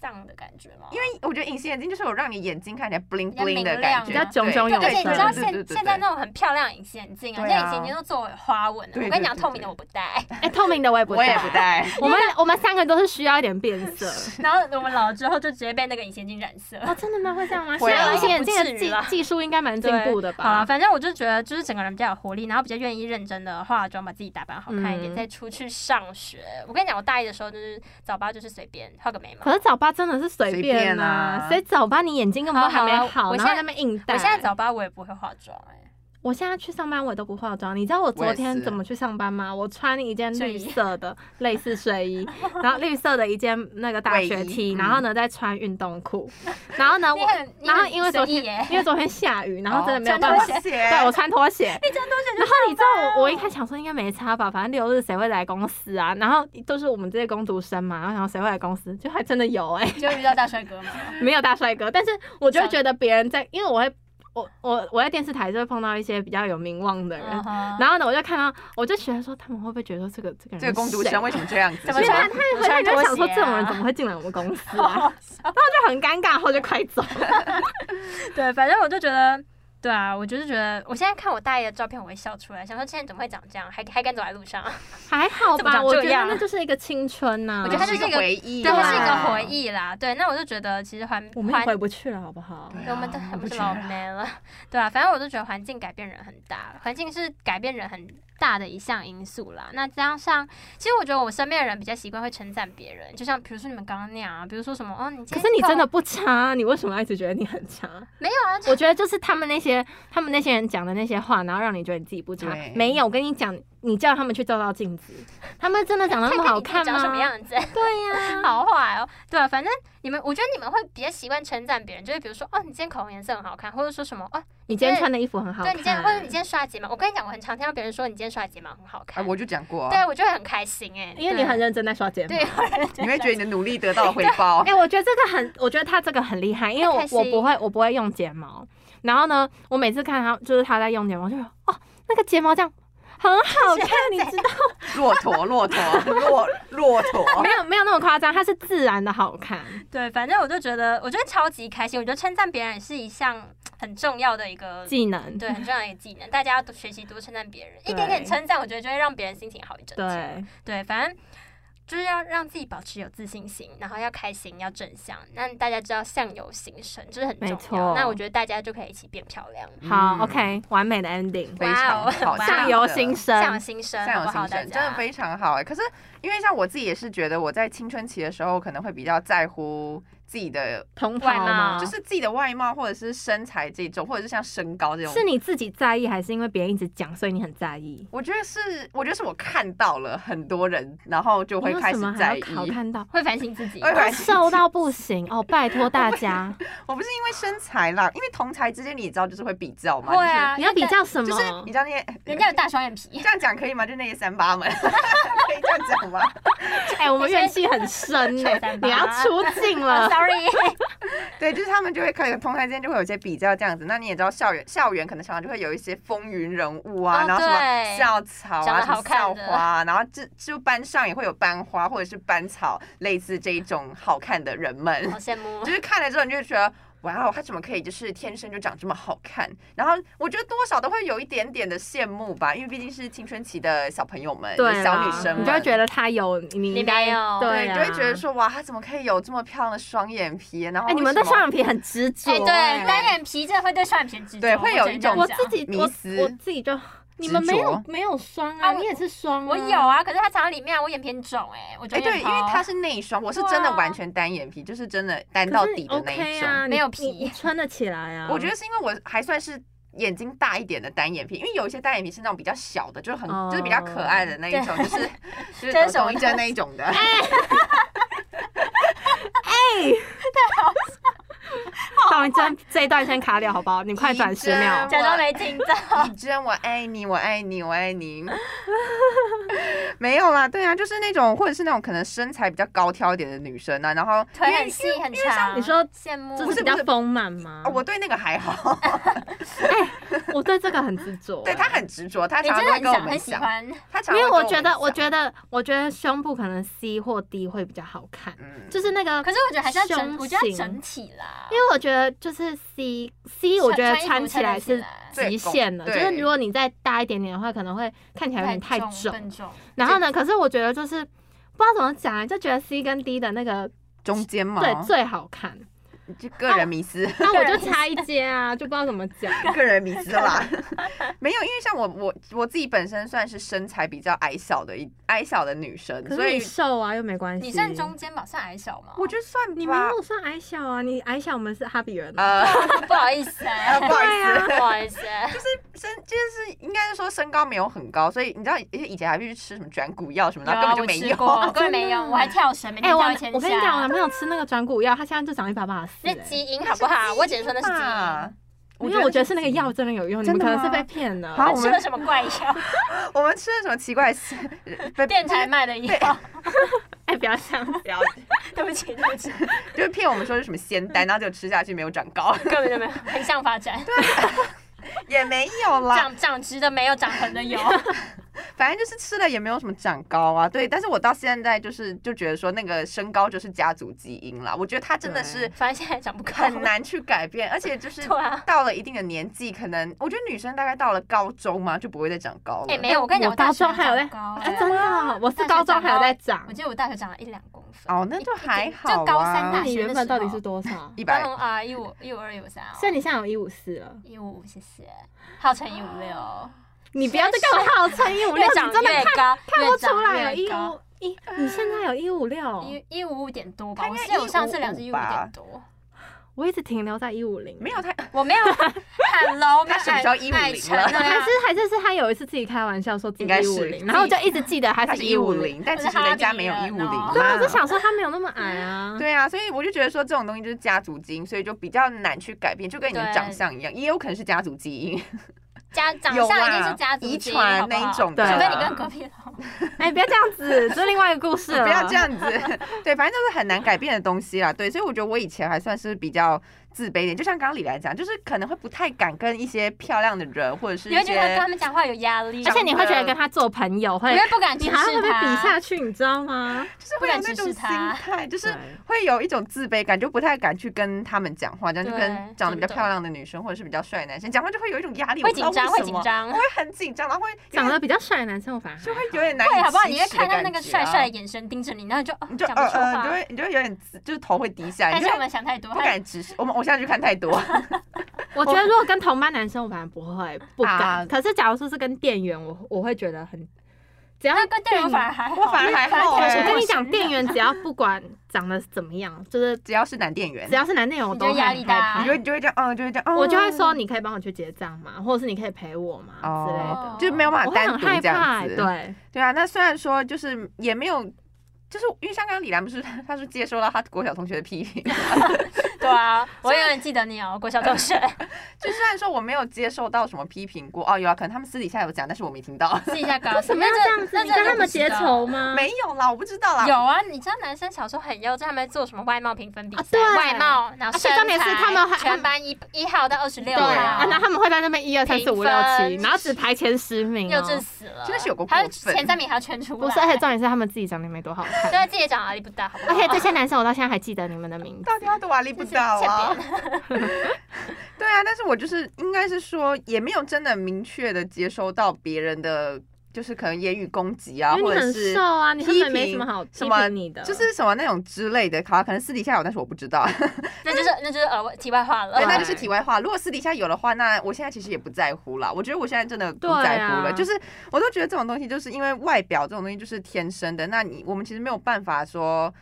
S3: 上的感觉吗？
S2: 因为我觉得隐形眼镜就是有让你眼睛看起来 bling
S3: 比较
S2: bling 的
S3: 明
S2: 感
S3: 亮
S2: 觉，
S1: 比较炯炯
S2: 对
S1: 有
S3: 而且
S2: 对
S3: 你
S1: 神
S3: 知道
S2: 对
S3: 现
S2: 对对对
S3: 现在那种很漂亮隐形眼镜啊，
S2: 对啊
S3: 现在隐形眼镜都做花纹的。
S2: 对
S3: 我跟你讲，
S2: 对对
S3: 透明的我不戴。
S1: 哎、透明的我也不
S2: 我也不
S1: 戴。
S2: 戴。
S1: 我们我们三个都是需要一点变色。
S3: 然后我们老了之后就直接被那个隐形眼镜染色。
S1: 哦，真的吗？会这样吗？现
S2: 会啊
S1: 在隐形眼镜
S3: 不
S1: 的
S3: 至于
S1: 技
S3: 啦
S1: 技术应该蛮进
S3: 对
S1: 步的
S3: 好
S1: 吧
S3: 了，？反正我就觉得，就是整个人比较有活力，然后比较愿意认真的化妆，把自己打扮好看一点，
S1: 嗯
S3: 再出去上学。我跟你讲，我大一的时候就是早八就是随便画个眉毛
S1: 可。是早八真的是随
S2: 随
S1: 便
S2: 便
S1: 啊
S2: 啊，
S1: 所以早八你眼睛根本都还没
S3: 好好啊我
S1: 然后
S3: 现在
S1: 在那边硬戴。
S3: 我现在早八我也不会化妆、哎，
S1: 我现在去上班我也都不化妆，你知道我昨
S2: 我也
S1: 天
S2: 是
S1: 怎么去上班吗？我穿一件
S3: 睡
S1: 绿
S3: 衣
S1: 色的类似睡 衣，然后绿色的一件那个大
S2: 卫
S1: 学 T，
S2: 衣
S1: 然后呢再穿运动裤，然后呢我
S3: 你很，你
S1: 然后
S3: 很
S1: 因为昨
S3: 随意
S1: 天
S3: 耶
S1: 因为昨天下雨，然后真的没有
S3: 哦穿
S1: 办
S3: 拖
S1: 法
S3: 鞋，
S1: 对我
S2: 对
S1: 穿拖鞋，然后你知道我，我一开始想说应该没差吧，反正六日谁会来公司啊？然后都是我们这些工读生嘛，然后想说谁会来公司，就还真的有哎、
S3: 就遇到大帅哥嘛。
S1: 没有大帅哥，但是啊我就会觉得别人在，因为我会，我我我在电视台就会碰到一些比较有名望的人，
S3: 嗯哼
S1: 然后呢，我就看到，我就觉得说他们会不会觉得说这个这个人
S2: 这个工读
S1: 是谁
S2: 生为什么这样子？
S3: 怎
S1: 所
S3: 么
S1: 以
S3: 说
S1: 他
S2: 是
S1: 他
S2: 吧
S1: 回
S3: 我
S1: 来
S3: 穿
S1: 就会想说
S3: 拖鞋啊
S1: 这种人怎么会进来我们公 司啊？就很尴尬，然后就快走。
S3: 对，反正我就觉得，对啊，我就是觉得，我现在看我大一的照片，我会笑出来，想说现在怎么会长这样，还还敢走在路上？
S1: 还好
S3: 怎么
S1: 吧，
S3: 长
S1: 我
S3: 这
S1: 觉得
S3: 样
S1: 那就是一个青春呐、
S3: 我觉得他
S2: 它
S3: 就是
S2: 一
S3: 一
S2: 个
S3: 个
S2: 回忆，
S3: 对，
S1: 啊
S3: 它是一个回。忆啦。对，那我就觉得其实环
S1: 我们也
S3: 环
S1: 回不去了，好不好？
S2: 对
S3: 对我们
S2: 啊
S3: 都我
S2: 我
S3: 们是
S2: 觉得
S3: 老 man 了，对啊，反正我就觉得环境改变人很大，环境是改变人很大的一项因素啦。那加上，其实我觉得我身边的人比较习惯会称赞别人，就像比如说你们刚刚那样啊，比如说什么哦，你今
S1: 可
S3: 天
S1: 是你
S3: 头
S1: 真的不差，啊你为什么要一直觉得你很差？
S3: 没有啊？就
S1: 我觉得就是他们那些他们那些人讲的那些话，然后让你觉得你自己不差
S2: 对。
S1: 没有，我跟你讲，你叫他们去照照镜子，他们真的长得那么
S3: 看
S1: 好
S3: 你自己
S1: 看
S3: 长什么
S1: 吗？
S3: 样子？
S1: 对呀、
S3: 好坏哦，对啊，反正你们，我觉得你们会比较习惯称赞别人，就是比如说，哦，你今天口红颜色很好看，或者说什么，哦，
S1: 你今天穿的衣服很好
S3: 对
S1: 看。
S3: 你今天，或者你今天刷睫毛，我跟你讲，我很常听到别人说你今天刷睫毛很好
S2: 哎，
S3: 看，
S2: 我就讲过啊，
S3: 对我就会很开心哎、
S1: 因为你很认真在刷睫毛。
S3: 对，我很认真
S2: 你会觉得你的努力得到了回报
S1: 哎、。我觉得这个很，我觉得他这个很厉害，因为我
S3: 太开心
S1: 我不会，我不会用睫毛。然后呢，我每次看他，就是他在用睫毛，就说哦，那个睫毛这样很 好看，你知道？
S2: 骆驼，骆驼，骆骆
S3: 哦
S2: 驼
S1: 没。有没有那么夸张，它是自然的好看。
S3: 对，反正我就觉得，我觉得超级开心。我觉得称赞别人是一项很重要的一个，
S1: 技能。
S3: 对，很重要的一个技能。大家要多学习多称赞别人，一点
S2: 对
S3: 点称赞，我觉得就会让别人心情好一阵子。
S1: 对，
S3: 对，反正就是要让自己保持有自信心，然后要开心，要正向。那大家知道相由心生，这、是很
S1: 没
S3: 重
S1: 错
S3: 要。那我觉得大家就可以一起变漂亮，
S1: 好、
S2: 嗯
S1: o k 完美的 ending。
S2: 非常
S3: 哇哦
S2: 好，
S3: 哇哦
S1: 上游新生，
S3: 相由心生，
S2: 上
S3: 好
S2: 有
S3: 不好？
S2: 新
S3: 大
S2: 生
S3: 家
S2: 真的非常好哎、可是因为像我自己也是觉得我在青春期的时候，可能会比较在乎自己的，
S1: 同袍
S3: 外貌
S1: 吗？
S2: 就是自己的外貌或者是身材这种，或者是像身高这种。
S1: 是你自己在意，还是因为别人一直讲，所以你很在意？
S2: 我觉得是，我觉得是我看到了很多人，然后就
S1: 你
S2: 会
S1: 为
S2: 开
S1: 什
S2: 始
S1: 么还
S2: 在
S1: 要
S2: 意。
S1: 考看到？
S3: 会反省自己。
S2: 会
S1: 我
S2: 反
S1: 瘦到不行 哦！拜托大家，
S2: 我不是因为身材啦，因为同才之间你知道就是会比较嘛，
S3: 会啊，
S1: 你要比较什么？
S2: 就是就是你知道那些
S3: 人家有大双眼皮
S2: 这，样讲可以吗？就那些三八们， 可以这样讲吗？
S1: 哎、我们怨气很 啊深呢、你要出镜 了。
S3: ，sorry，
S2: 对，就是他们就会可能同台之间就会有一些比较这样子。那你也知道校园校园可能常常就会有一些风云人物啊，
S3: 哦
S2: 然后什么
S3: 对
S2: 校草
S3: 长
S2: 啊、
S3: 得
S2: 什么
S3: 好看
S2: 校
S3: 的
S2: 花啊，然后就就班上也会有班花或者是班草，类似这一种好看的人们
S3: 好，羡慕
S2: 就。是看了之后你就会觉得。哇哦，他怎么可以就是天生就长这么好看？然后我觉得多少都会有一点点的羡慕吧，因为毕竟是青春期的小朋友们、
S1: 对
S2: 小
S1: 啦
S2: 女生们，
S1: 你就会觉得他有你
S3: 你
S1: 应该
S3: 没有
S1: 对
S2: 对，
S1: 啊，
S2: 就会觉得，说哇，他怎么可以有这么漂亮的双眼皮？然后
S1: 哎、你们
S2: 为
S1: 对
S2: 什么
S1: 双眼皮很执着、
S3: 哎、对，
S1: 哎
S3: 单眼皮真的会对双眼皮执着，
S2: 啊对会有
S3: 只能
S2: 一
S3: 这样
S2: 种
S1: 我
S3: 讲
S1: 自己
S2: 迷
S1: 我
S2: 思
S1: 我自己就，你们没有
S2: 执
S1: 没有双啊，
S3: 啊我
S1: 你也是双、啊，
S3: 我有啊，可是它长在里面啊，我眼皮很肿哎、我
S2: 嗯
S3: 觉
S2: 哎、
S3: 得、
S2: 对，因为它是内双，我是真的
S3: 对啊
S2: 完全单眼皮，就是真的单到
S1: 可是
S2: 底的那
S1: OK
S2: 一种。
S1: 啊，你
S3: 没有
S1: 你
S3: 皮
S1: 你穿得起来啊。
S2: 我觉得是因为我还算是眼睛大一点的单眼皮，因为有一些单眼皮是那种比较小的，就是很、
S1: 哦
S2: 就是比较可爱的那一种，就是就是
S3: 真
S2: 抖
S3: 手
S2: 抖一针那一种的。
S1: 抖王一真这一段先卡掉好不好？你快转十秒
S2: 一。
S3: 假装没听 到。
S2: 以真，我爱你，我爱你，我爱你。 没有啦，对啊，就是那种或者是那种可能身材比较高挑一点的女生啊，然后
S3: 腿很细很长，
S1: 你说
S3: 羡慕？
S1: 这是比较丰满吗
S2: 啊？我对那个还
S1: 嗯
S2: 好，
S1: 我对这个很执着。欸
S2: 对她很执着，她
S3: 你
S2: 常
S3: 真
S2: 常
S3: 的
S2: 都会跟
S3: 很
S2: 我
S3: 想
S2: 们
S3: 很喜
S2: 讲，
S3: 欢，
S2: 她常
S1: 因为我觉得，我
S2: 得，
S1: 觉得，我觉得胸部可能 C 或 D 会比较好看，
S2: 嗯
S1: 就是那个。
S3: 可是我觉得还是要整，
S1: 胸
S3: 我觉得
S1: 型
S3: 要整体啦。
S1: 因为我觉得就是 C C，我觉得
S3: 穿
S1: 穿
S3: 衣服
S1: 起来是
S2: 最
S1: 极限了，就
S2: 对
S1: 是如果你再大一点点的话，可能会看起来有点太
S3: 重，
S1: 重。
S3: 笨重。
S1: 然后呢，可是我觉得就是不知道怎么讲啊，就觉得 C 跟 D 的那个
S2: 中间嘛，
S1: 对最好看，
S2: 这个人迷思，
S1: 那我就差一阶啊， 就不知道怎么讲。
S2: 个人迷思啦。 没有，因为像我我我自己本身算是身材比较矮小的一矮小的女生，
S1: 可
S2: 所
S1: 是你
S2: 以
S1: 瘦啊又没关系，
S3: 你算中，间吧，算矮小吗？
S2: 我觉得算
S1: 你们
S2: 吧
S1: 没。有算矮小啊，你矮小我们是哈比人啊，
S2: 呃， 哎
S3: 得不好意思 啊，
S2: 不好意思，
S3: 不好意思，啊
S2: 身就是应该是说身高没有很高，所以你知道以前还去吃什么转骨药什么的，
S3: 有
S2: 根
S3: 啊，
S2: 本就
S3: 我
S2: 没
S3: 吃过，我根本没
S1: 真的
S3: 有，我还跳绳，每天
S1: 哎、我
S3: 跳一千下。
S1: 我跟你讲，我男朋友吃那个转骨药，他现在就长一百八十四。
S3: 那基因好不好？我只能说那是基
S2: 啊
S3: 因。。
S1: 因为我觉得是那个
S2: 基因
S1: 药。真的有用，你
S2: 真
S1: 们
S2: 的
S1: 可能是
S2: 吗
S1: 被骗了。
S2: 好我
S3: 吃
S2: 们
S3: 了什么怪药？
S2: 我们吃了什么奇怪的 食？被
S3: 电台卖的药？
S1: 哎、不要想， 不要。
S3: 对不起，对不起，
S2: 就是骗我们说是什么仙
S3: 嗯
S2: 丹，然后就吃下去没有长高，
S3: 根本就没有横向发展，
S2: 也没有啦。
S3: 长长直的没有，长横的有。
S2: 反正就是吃了也没有什么长高啊。对，但是我到现在就是就觉得说那个身高就是家族基因啦。我觉得他真的是
S3: 反正现在长不高，
S2: 很难去改变，而 且就是
S3: 对啊。
S2: 到了一定的年纪，可能我觉得女生大概到了高中嘛就不会再长高了。
S3: 哎，没有，我跟你讲，
S1: 我高
S3: 大学
S1: 中还有在
S3: 长高
S1: 哎、
S3: 哎
S1: 真的哦，我是高中还有在长
S3: 我。记得我大学长了一两公分。
S2: 哦，那就
S3: 一
S2: 还
S3: 一
S2: 好、啊。
S3: 就高三
S1: 那
S3: 大
S1: 你
S3: 学的
S1: 原本
S3: 时候
S1: 到底是多少？
S2: 一
S3: 高
S2: 百
S3: 中啊，一五一五二一五三哦，
S1: 所以你现在有一五四了，
S3: 一五五谢谢，号称一五六，
S1: 你不要再跟我号称一五六，
S3: 越
S1: 你
S3: 长
S1: 真的
S3: 越
S1: 看
S3: 高，
S1: 看
S3: 越
S1: 不
S3: 长
S1: 出来有啊
S3: 越
S1: 一
S3: 高
S1: 五一，你现在有一五六，
S3: 一一五五点多吧，
S2: 他
S3: 我
S2: 应
S3: 记
S2: 该
S3: 得我上次量是一
S2: 155
S3: 五
S2: 吧
S3: 点多，
S1: 我一直停留在一五零。
S2: 没有他
S3: 我没有，Hello，
S2: 他什么时候150 了
S1: 还
S3: 啊还
S1: 是还是是他有一次自己开玩笑说自己
S2: 应该
S1: 一
S2: 是
S1: 五零，然后我就一直记得他
S2: 他
S1: 是
S2: 是
S1: 一
S2: 一
S1: 五
S2: 五
S1: 零。
S2: 零，但其实人家没有一五零
S3: 我
S1: 对啊，我就想说他没有那么矮啊。
S2: 对啊，所以我就觉得说这种东西就是家族基因，所以就比较难去改变，就跟你的长相一样，也有可能是家族基因，
S3: 家长
S2: 有
S3: 相一定
S2: 啦
S3: 是家族
S2: 遗
S3: 基因
S2: 传那一，
S3: 好
S2: 种
S3: 不
S2: 的，
S3: 好除
S1: 对
S3: 非你跟隔壁老，
S1: 哎、不要这样子，这是另外一个故事
S3: 啊
S1: 了。
S2: 不要这。样子， 对，反正就是很难改变的东西啦。对，所以我觉得我以前还算是比较自卑一点，就像刚刚李来讲，就是可能会不太敢跟一些漂亮的人或者是
S3: 你
S2: 一
S3: 会觉得跟他
S2: 些。
S3: 们讲话有压力，
S1: 而且你会觉得跟他做朋友
S3: 你
S1: 会，
S3: 会不敢直
S1: 哎你
S3: 视
S1: 还会被
S3: 他，
S1: 比下去，你知道吗？
S2: 就是会有那种
S3: 不敢直视
S2: 心
S3: 他
S2: 态，就是
S1: 对
S2: 会有一种自卑感，就不太敢去跟他们讲话，这样就
S3: 对
S2: 跟长得比较
S3: 真的
S2: 漂亮的女生或者是比较帅的男生讲话就会有一种压力，
S3: 会
S2: 我不知道为什
S3: 紧张，会紧
S2: 么
S3: 张
S2: 我。会很紧张，然后会有
S1: 长
S2: 点
S1: 得比较帅的男生我反而还
S2: 就会
S1: 好
S2: 有点难以
S3: 会好不好？你
S2: 启
S3: 会
S2: 齿的
S3: 看到那
S2: 感
S3: 个
S2: 觉
S3: 帅帅
S2: 啊，
S3: 的眼神盯着你，然后你就哦
S2: 你就
S3: 讲不
S2: 呃
S3: 出
S2: 呃，你就
S3: 话。
S2: 会你就会有点自就是头会低下，
S3: 还
S2: 你
S3: 是
S2: 就
S3: 我
S2: 会
S3: 们想太多，
S2: 不敢直视。我们偶像剧看太多，
S1: 我觉得如果跟同班男生，我反而不会不敢。
S2: 啊
S1: 可是假如说是跟店员，我我会觉得很，只要
S3: 那跟店员反而还好，
S2: 我反而还好
S3: 反
S2: 哎
S3: 而
S1: 我
S3: 还好
S1: 跟你讲，店 员只要不管长得怎么样，就是
S2: 只要是男店员
S1: 只，要是男店员，我都
S3: 你
S1: 会
S3: 就压力大
S1: 很害怕
S2: 你就会你就会这样，嗯，就会这样，嗯
S1: 我就会说，你可以帮我去结账吗？或者是你可以陪我吗之类的。
S2: 哦就是没有办
S1: 我
S2: 法
S1: 会
S2: 单
S1: 很
S2: 独
S1: 害
S2: 这
S1: 怕、
S2: 样
S1: 欸，
S2: 子。
S1: 对，
S2: 对啊，那虽然说就是也没有。就是因为像刚刚李兰不是， 她是接收到她国小同学的批评，
S3: 对啊，我永远记得你哦，国小同学。
S2: 就虽然说我没有接受到什么批评过，哦，有啊，可能他们私底下有讲，但是我没听到，
S3: 试一 下高兴。
S1: 怎么要这样
S3: 那
S1: 子？你跟
S3: 那
S1: 他们结仇吗？
S2: 没有啦，我不知道啦，
S3: 有啊，你知道男生小时候很幼稚，他们做什么外貌评分比
S1: 啊
S3: 赛，
S1: 对
S3: 外貌，然后
S1: 而且
S3: 身材，
S1: 重点是他们还
S3: 全班一一号到二十六
S1: 对
S3: 号，
S1: 啊，然后他们会在那边一二三四五六七，
S3: 评分
S1: 然后只排前十名、
S3: 幼稚
S1: 哦。
S3: 死了，
S2: 真的是有够过
S3: 还
S2: 分
S3: 有前三名还要圈出来，
S1: 不是，而且重点是他们自己长得也没多好 看。
S3: 对自己长哪里不大，好不好
S1: 而且这些男生我到现在还记得你们的 名字。
S2: 到底要多瓦力不到啊？ 对啊，但是我就是应该是说，也没有真的明确的接收到别人的，就是可能言语攻击啊，
S1: 因
S2: 或
S1: 为你
S2: 者
S1: 很
S2: 是
S1: 瘦啊，你根
S2: 批
S1: 本没
S2: 评
S1: 什么好批
S2: 什么
S1: 评你的，嗯
S2: 就是什么那种之类的，好，可能私底下有，但是我不知道。
S3: 那就是那就是呃题外话了
S2: 对，
S1: 啊，
S2: 那就是题外话。如果私底下有的话，那我现在其实也不在乎啦。我觉得我现在真的不
S1: 对啊
S2: 在乎了，就是我都觉得这种东西，就是因为外表这种东西就是天生的。那你我们其实没有办法说。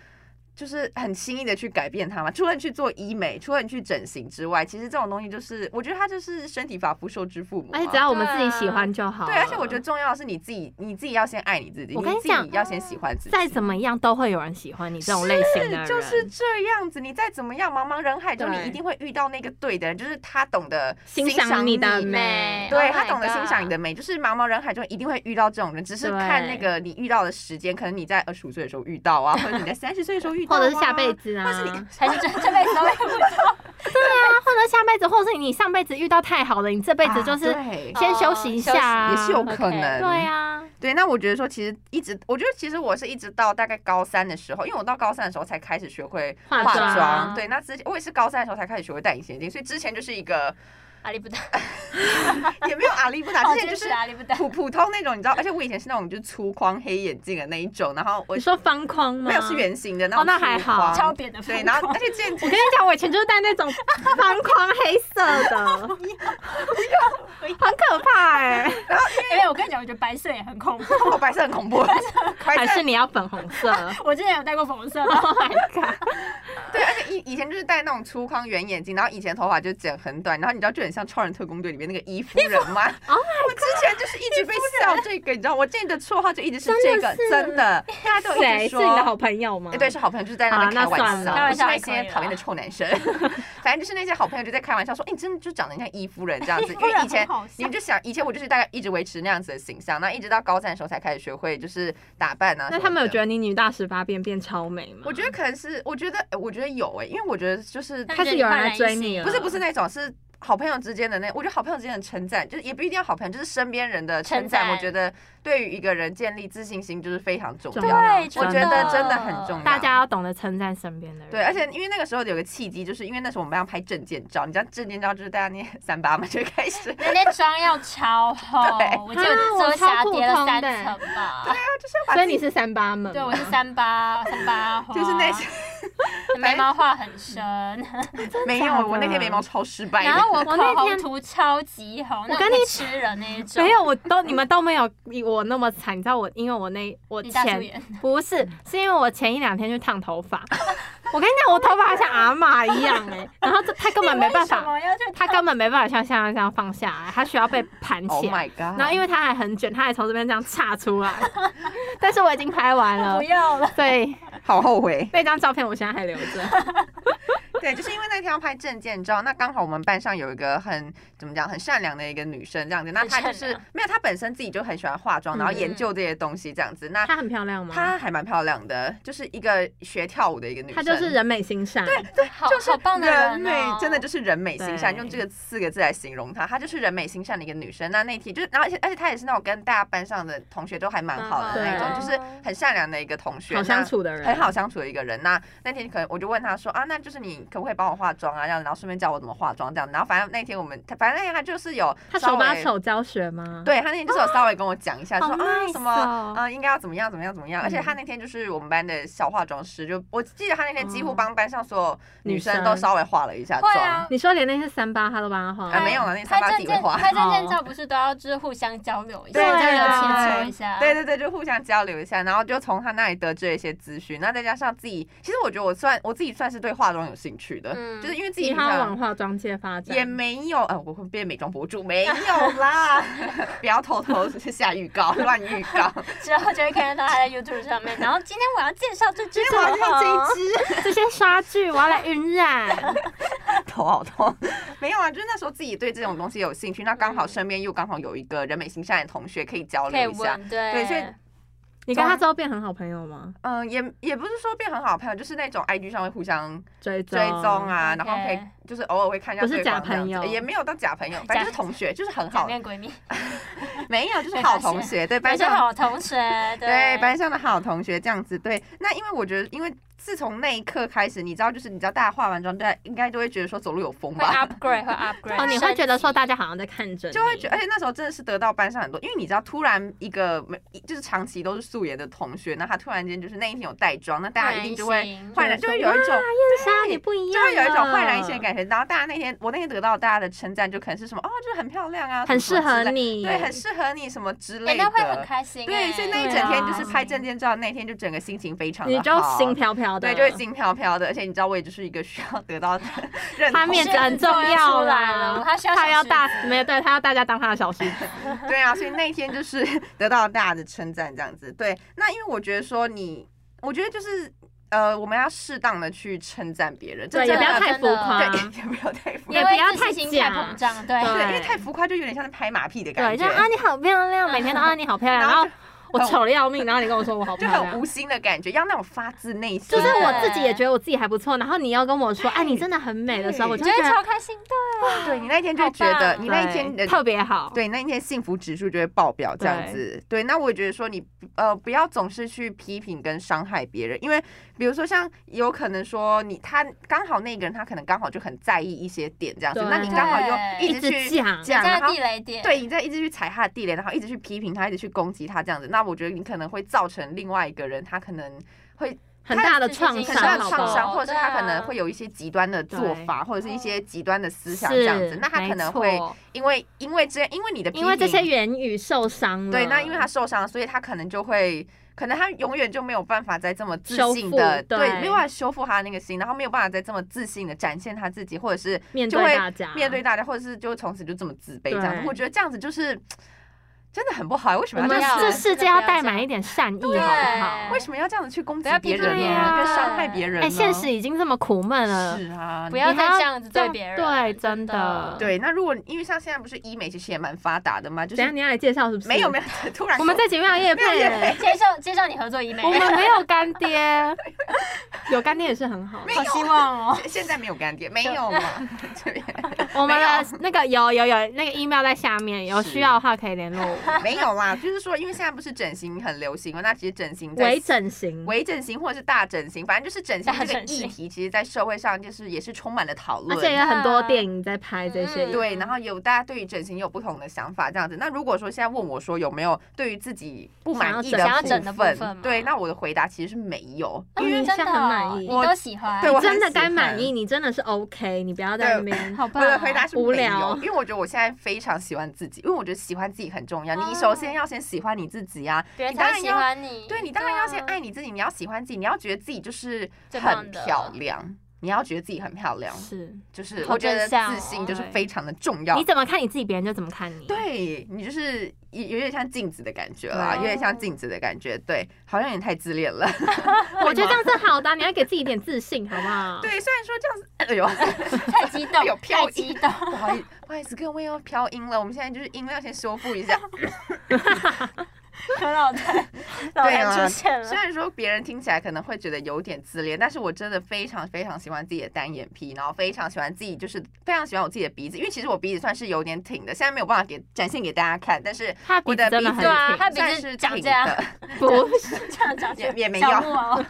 S2: 就是很轻易的去改变它嘛。除了你去做医美，除了你去整形之外，其实这种东西就是，我觉得它就是身体发肤受之父母嘛。
S1: 而且只要我们自
S3: 对
S1: 己
S3: 啊
S1: 喜欢就好了。
S2: 对，而且我觉得重要的是你自己，你自己要先爱你自己，
S1: 我跟
S2: 你
S1: 你
S2: 自
S1: 讲
S2: 己要先喜欢自己。
S1: 再怎么样都会有人喜欢你这种类型的人，
S2: 就是这样子，你再怎么样茫茫人海中，
S1: 对
S2: 你一定会遇到那个对的人，就是他懂得
S1: 欣赏
S2: 赏
S1: 你的
S2: 美，
S1: 美。
S2: 对
S3: Oh
S2: 他
S3: my
S2: 懂得欣赏你
S3: God
S2: 的美，就是茫茫人海中一定会遇到这种人，只是看那
S1: 对
S2: 个你遇到的时间，可能你在二十五岁的时候遇到啊，或者你在三十岁的时候遇到、
S1: 或
S2: 啊，
S1: 者是下辈子啊，
S2: 或是你
S3: 还是这这辈子 都会
S1: 或者下辈子，或者是你上辈子遇到太好了，你这辈子就是
S2: 啊对哦
S1: 先休息一下啊，
S2: 也是有可能。
S1: 对啊，
S2: 对，那我觉得说，其实一直，我觉得其实我是一直到大概高三的时候，因为我到高三的时候才开始学会
S1: 化
S2: 化
S1: 妆
S2: 妆。对，那之前我也是高三的时候才开始学会戴隐形眼镜，所以之前就是一个
S3: 阿里不达，
S2: 也没有阿力不打，
S1: 哦
S3: 好
S2: 啊之前就
S3: 坚
S2: 是嗯
S3: 持啊阿里不达。
S2: 普普通那种，你知道，而且我以前是那种就是粗框黑眼镜的那一种，然后我
S1: 你说方框吗？
S2: 没有是。圆形的，
S1: 哦那还好
S3: 超扁的
S2: 对，
S3: 疯
S2: 然后
S3: 狂
S2: 而且之前
S1: 我跟你讲，我以前就是戴 那种方框黑色的，很可怕哎、
S3: 因为我跟你讲，我觉得白色也很恐怖。
S2: 我哦白色很恐怖， 白
S1: 还
S2: 色
S1: 是你要粉红色
S3: 我之前有戴过粉色的，
S1: ？Oh my god！
S2: 对，而且以以前就是戴那种粗框圆眼镜，然后以前头发就剪很短，然后你知道就很像《超人特工队》里面那个伊夫人 吗？
S1: Oh
S2: 我之前就是一直被笑这个，你知道，我之前的绰号就一直是这
S1: 真的
S2: 个，
S1: 是
S2: 真的，大家都一直
S1: 谁是
S2: 说
S1: 你的好朋友吗
S2: 哎？对，是好朋友，就是在那
S1: 好啦
S2: 边开
S1: 那算
S2: 玩
S1: 了
S2: 笑，
S1: 开
S2: 不
S3: 玩
S2: 是
S3: 笑
S2: 那
S3: 还
S2: 些
S3: 可以
S2: 讨厌的臭男生， 反正就是那些好朋友就在开玩笑说，哎、你真的就长得很像伊夫人这样子，因为以前
S3: 很好笑
S2: 你们就想，以前我就是大概一直维持那样子的形象，那一直到高三的时候才开始学会就是打扮啊。
S1: 那他们有觉
S2: 得？
S1: 得你女大十八变变超美吗？
S2: 我觉得可能是，我觉得，我觉得有哎、因为我觉得就是
S1: 开始有人来追
S3: 哦
S1: 你了，
S2: 不是不是那种是。好朋友之间的那，我觉得好朋友之间的称赞，就是也不一定要好朋友，就是身边人的称
S3: 称
S2: 赞。
S3: 赞
S2: 我觉得对于一个人建立自信心就是非常重要
S1: 重
S2: 的。
S1: 要
S3: 对，
S2: 哦我觉得真的很重要。
S1: 大家要懂得称赞身边的人。
S2: 对，而且因为那个时候有个契机，就是因为那时候我们要拍证件照，你知道证件照就是大家念 三八嘛，就会开始，
S3: 那天妆要超厚
S2: 对，
S3: 我记得遮瑕叠了
S1: 啊
S3: 三层吧。
S2: 就是要
S1: 所
S2: 把啊自
S1: 以你
S2: 己
S1: 是三八们吗，
S3: 对，我是三八三八花，
S2: 就是那
S1: 哦
S2: 些
S3: 眉毛画很深，
S2: 没有，我那天眉毛超失败
S3: 然后
S2: 的。
S3: 我
S1: 我那
S3: 口
S1: 天
S3: 红涂超级红，
S1: 我跟你
S3: 那种吃人那一种，
S1: 没有，我都你们都没有比我那么惨，你知道我因为我那我
S3: 你大素
S1: 前
S3: 颜，
S1: 不是是因为我前一两天去烫头发， 我跟你讲，我头发像阿玛一样哎、然后这他根本没办
S3: 你为什
S1: 法，
S3: 么要去
S1: 他根本没办法像现在这样放下来，他需要被盘
S2: Oh
S1: 起来。
S2: my god！
S1: 然后因为他还很卷，他还从这边这样岔出来，但是我已经拍完了
S3: 不，要了，
S1: 所以，
S2: 好后悔
S1: 那张照片我现在还留着。
S2: 对，就是因为那天要拍证件照，那刚好我们班上有一个很怎么讲，很善良的一个女生这样子，那她就
S3: 很善
S2: 是
S3: 良
S2: 没有，她本身自己就很喜欢化妆，然后
S1: 嗯
S2: 研究这些东西这样子，那
S1: 她很漂亮吗？
S2: 她还蛮漂亮的，就是一个学跳舞的一个女生，
S1: 她就是人美心善，对，
S3: 好
S2: 就是
S3: 好棒的
S2: 人
S3: 哦
S2: 美，真的就是人美心善，
S1: 对
S2: 用这个四个字来形容她，她就是人美心善的一个女生。那那天就是，然后而且而且她也是那种跟大家班上的同学都还蛮好的
S1: 嗯
S2: 那种，
S1: 对
S2: 就是很善良的一个同学，
S1: 好相
S2: 那
S1: 处的人，
S2: 很好相处的一个人。那那天可能我就问她说啊，那就是你可不可以帮我化妆啊？这样，然后顺便教我怎么化妆这样。然后反正那天我们，反正那天她就是有
S1: 他
S2: 稍
S1: 手把
S2: 微
S1: 手教学吗？，
S2: 欸对他那天就是有稍微跟我讲一下，
S1: 好
S2: 说啊
S1: nice
S2: 什么
S1: 哦嗯
S2: 啊应该要怎么样怎么样怎么样，而且他那天就是我们班的小化妆师，就我记得他那天几乎
S1: 哦
S2: 帮班上所有女
S1: 女
S2: 生
S1: 生
S2: 都稍微化了一下
S3: 会
S2: 妆
S3: 啊。
S1: 你说连那些三八他都帮他画
S2: 啊
S1: 吗，
S2: 没有了那三
S3: 拍
S2: 八
S3: 证
S2: 底
S3: 件
S2: 会画
S3: 拍证件照不是都要就是互相交流一下，
S2: 哦对
S3: 交
S1: 对
S3: 流切
S1: 啊
S3: 磋一下，
S2: 对对对，就互相交流一下，然后就从他那里得知了一些资讯，那再加上自己，其实我觉得我算我自己算是对化妆有兴趣的，
S3: 嗯
S2: 就是因为自己
S1: 你
S2: 平
S1: 好像
S2: 常
S1: 往化妆界发展，
S2: 也没有，呃，我会变美妆博主没有 啦，不要偷偷 下预告乱预告，
S3: 之后就会看到他在 YouTube 上面。然后今天我要介绍这支
S2: 因为
S3: 口
S2: 我要这
S3: 红
S2: 一，支。
S1: 这些刷剧我要来晕染，
S2: 头好痛。 没有啊，就是那时候自己对这种东西有兴趣，那刚好身边又刚好有一个人美心善的同学可以交
S3: 可以
S2: 流一下。
S3: 问对
S2: 对所以
S1: 你跟他之后变很好朋友吗？
S2: 嗯，也也不是说变很好的朋友，就是那种 IG 上会互相
S1: 追踪
S2: 追踪，啊，然后可以
S3: OK
S2: 就是偶尔会看一下
S1: 不是
S2: 对方
S1: 假朋友
S2: 这样子也没有到假 朋友，反正就是同学，就是很
S3: 假
S2: 好，
S3: 面闺蜜，
S2: 没有就是好同学，对班
S3: 班上
S2: 上
S3: 好同学，
S2: 对班上的好同学这样子。对，那因为我觉得，因为自从那一刻开始，你知道，就是你知道大家化完妆，大家应该都会觉得说走路有风
S3: 会啊
S2: 吧，
S3: upgrade 会 upgrade，
S1: 哦，你会觉得说大家好像在看着你，
S2: 就会觉得，而且那时候真的是得到班上很多，因为你知道，突然一个没就是长期都是素颜的同学，那他突然间就是那一天有带妆，那大家一定就会焕然，就会有一种
S1: 燕莎啊你不一
S2: 哎
S1: 样
S2: 就
S1: 了，
S2: 会有一种焕然一新的感觉。然后大家那天，我那天得到大家的称赞，就可能是什么哦，就是很漂亮啊，
S1: 很
S2: 什么
S1: 适
S2: 什么
S1: 合
S2: 之类，
S1: 你，
S2: 对，很适合你什么之
S3: 哎，
S2: 类
S3: 那会很
S2: 的。
S3: 开心欸，
S2: 对，所以那一
S1: 对
S2: 整天
S1: 啊
S2: 就是拍证件照那天，就整个心情非常的
S1: 你就
S2: 好
S1: 心飘飘飘的，
S2: 对，就会轻飘飘的。而且你知道，我也就是一个需要得到 认
S1: 他
S2: 同
S1: 面
S2: 的
S1: 子很重要啦，
S3: 他需要
S1: 他要
S3: 小
S1: 大
S3: 狮子
S1: 没有对他要大家当他的小狮 子，
S2: 对啊，所以那一天就是 得到大家的称赞，这样子。对，那因为我觉得说你，我觉得就是呃，我们要适当的去称赞别人，这
S1: 对，
S2: 真
S1: 也
S2: 的
S1: 不要
S3: 真
S1: 太
S3: 的
S1: 浮夸，
S2: 对， 也不要太浮
S1: 也
S2: 夸，
S1: 不要
S3: 因为自
S1: 太
S3: 信心太
S1: 假
S3: 膨胀，对，
S1: 对
S2: 啊对，因为太浮夸就有点像是拍马屁的
S1: 对，
S2: 感
S1: 就
S2: 觉，
S1: 是啊你好漂亮，每天都啊你好漂亮，
S2: 然
S1: 然
S2: 后
S1: 后
S2: 就
S1: 我
S2: 很
S1: 丑的要命，然后你跟我说我好
S2: 就
S1: 漂
S2: 很
S1: 亮
S2: 无。心的感觉，要那种发自内心
S1: 就
S2: 的。欸
S1: 是我
S3: 对
S1: 自己也觉得我自己还不错，然后你要跟我说，哎、
S2: 对
S1: 你真的很美的时候，
S2: 对
S1: 我
S3: 你
S1: 就
S3: 就
S1: 觉
S3: 会
S1: 得
S3: 超开心，
S2: 对，
S3: 对，
S2: 你那一天就会觉
S3: 好
S2: 得
S3: 棒
S2: 你那一天
S1: 对
S2: 的
S1: 特别好，
S2: 对，那一天幸福指数就会爆表这样
S1: 对
S2: 子。对，那我也觉得说你呃不要总是去批评跟伤害别人，因为比如说像有可能说你他刚好那个人他可能刚好就很在意一些点这样子
S1: 对，
S2: 那你刚好又
S3: 对
S1: 一
S2: 直去
S1: 直讲，
S2: 讲
S3: 在
S2: 然后
S3: 地雷点，
S2: 对，你在一直去踩他的地雷，然后一直去批评他，一直去攻击他这样子，那我觉得你可能会造成另外一个人他可能会
S1: 很大的
S3: 自己
S1: 创
S3: 已经
S2: 很
S1: 伤，
S2: 大
S1: 好
S2: 的
S3: 上脑
S1: 不
S2: 创
S1: 好
S2: 伤，
S3: 包
S2: 或者是他可能
S3: 对啊
S2: 会有一些极端的做
S1: 对
S2: 法，或者是一些极端的思想这样
S1: 是
S2: 子，，那他可能会
S1: 没错
S2: 因为因为这因为你的批
S1: 因为这
S2: 评
S1: 些言语受伤了，
S2: 对，那因
S1: 嗯
S2: 为他受伤，所以他可能就会，可能他永远就没有办法再这么自
S1: 修
S2: 信
S1: 复
S2: 的，
S1: 对
S2: 没有办法修复他的那个心，然后没有办法再这么自信的展现他自己，或者是
S1: 面
S2: 就
S1: 对
S2: 会
S1: 大家，
S2: 面对大家，或者是就从此就这么自卑这样子
S1: 啊对。
S2: 我觉得这样子就是真的很不好，为什
S1: 我
S2: 么要这
S1: 们
S2: 样
S1: 这
S2: 子？
S1: 世界要带满一点善意，好不好？
S2: 为什么要这样子去攻击
S3: 不要批
S2: 别人
S1: 评
S2: 呢？
S1: 别人
S2: 跟伤害别人呢？
S1: 哎，现实已经这么苦闷了，
S2: 是啊，
S3: 不要
S1: 你
S3: 再
S1: 还要
S3: 这样子
S1: 这
S3: 对
S1: 样
S3: 别人，
S1: 对真
S3: 真
S1: 的
S2: 对。那如果因为像现在不是医美其实也蛮发达的嘛，就
S1: 等一下
S2: 是
S1: 你要来介绍是不是？
S2: 没有没有， 突然
S1: 我们
S2: 说
S1: 这节目要夜
S2: 没有业
S1: 配，
S3: 哎接受接受你合作医美，
S1: 我们没有干 爹，有干爹也是很好。
S3: 好希望 哦，
S2: 现现在没有干爹，没有嘛这边。
S1: 我们的那个有有有那个 email 在下面，有
S2: 是
S1: 需要的话可以联络 我。
S2: 没有啦，就是说，因为现在不是整形很流行嘛，那其实整形在
S1: 微整形，
S2: 微整形或者是大整形，反正就是整形
S3: 大
S2: 这个
S3: 整
S2: 议
S3: 形
S2: 题，其实在社会上就是也是充满了讨
S1: 而且
S2: 论。
S1: 有很多电影在拍这些
S3: 嗯。
S2: 对，然后有大家对于整形有不同的想法，这样子。那如果说现在问我说有没有对于自己不满意
S1: 想要
S2: 部
S3: 整想要整的部分吗
S2: 对，那我的回答其实是没有，因为
S1: 你
S3: 真的
S1: 像很满意
S3: 哦你都喜欢，
S2: 对我
S1: 真的
S2: 很喜
S1: 该
S2: 欢
S1: 满意，你真的是 OK，你不要在那边。
S3: 好
S2: 我
S3: 棒哦，
S2: 的回答是
S1: 无
S2: 没
S1: 聊
S2: 有，因为我觉得我现在非常喜欢自己，因为我觉得喜欢自己很重要。你
S3: 哦
S2: 首先要先喜欢你自己啊，
S3: 别人
S2: 你当
S3: 才
S2: 然
S3: 会喜
S2: 要
S3: 欢你，
S2: 对你当然
S3: 啊
S2: 要先爱你自己，你要喜欢自己，你要觉得自己就是
S3: 最棒
S2: 很
S3: 的
S2: 漂亮，你要觉得自己很漂亮，
S1: 是，
S2: 就是
S3: 好
S2: 我觉
S3: 正
S2: 得
S3: 向哦
S2: 自信就是
S1: 对
S2: 非常的重要
S1: 你。怎么看你自己，别人就怎么看你。，
S2: 对你就是有有点像镜子的感觉啦，
S1: 对哦
S2: 有点像镜子的感觉，对，好像有点太自恋了。
S1: 我觉得这样是好的啊，你要给自己一点自信，好不好？
S2: 对，虽然说这样子，哎呦，
S3: 太激动，
S2: 有飘
S3: 太
S2: 逸
S3: 激 动，
S2: 不好意思，不好意思，各位要飘音了，我们现在就是音量先修复一下。
S3: 何老太老
S2: 对
S3: 人
S2: 啊
S3: 出现
S2: 虽
S3: 了，
S2: 然说别人听起来可能会觉得有点自恋，但是我真的非常非常喜欢自己的单眼皮，然后非常喜欢自己，就是非常喜欢我自己的鼻子，因为其实我鼻子算是有点挺的，现在没有办法给展现给大家看，但是
S1: 他的鼻
S2: 我
S1: 子
S2: 的
S1: 真
S2: 鼻
S1: 的
S2: 子
S1: 很
S3: 对啊
S1: 挺，
S3: 他鼻子
S2: 算是
S3: 长
S2: 挺
S3: 这 样
S2: 的，
S1: 不是
S3: 这样讲
S2: 也也没
S3: 小
S2: 有
S3: 木偶，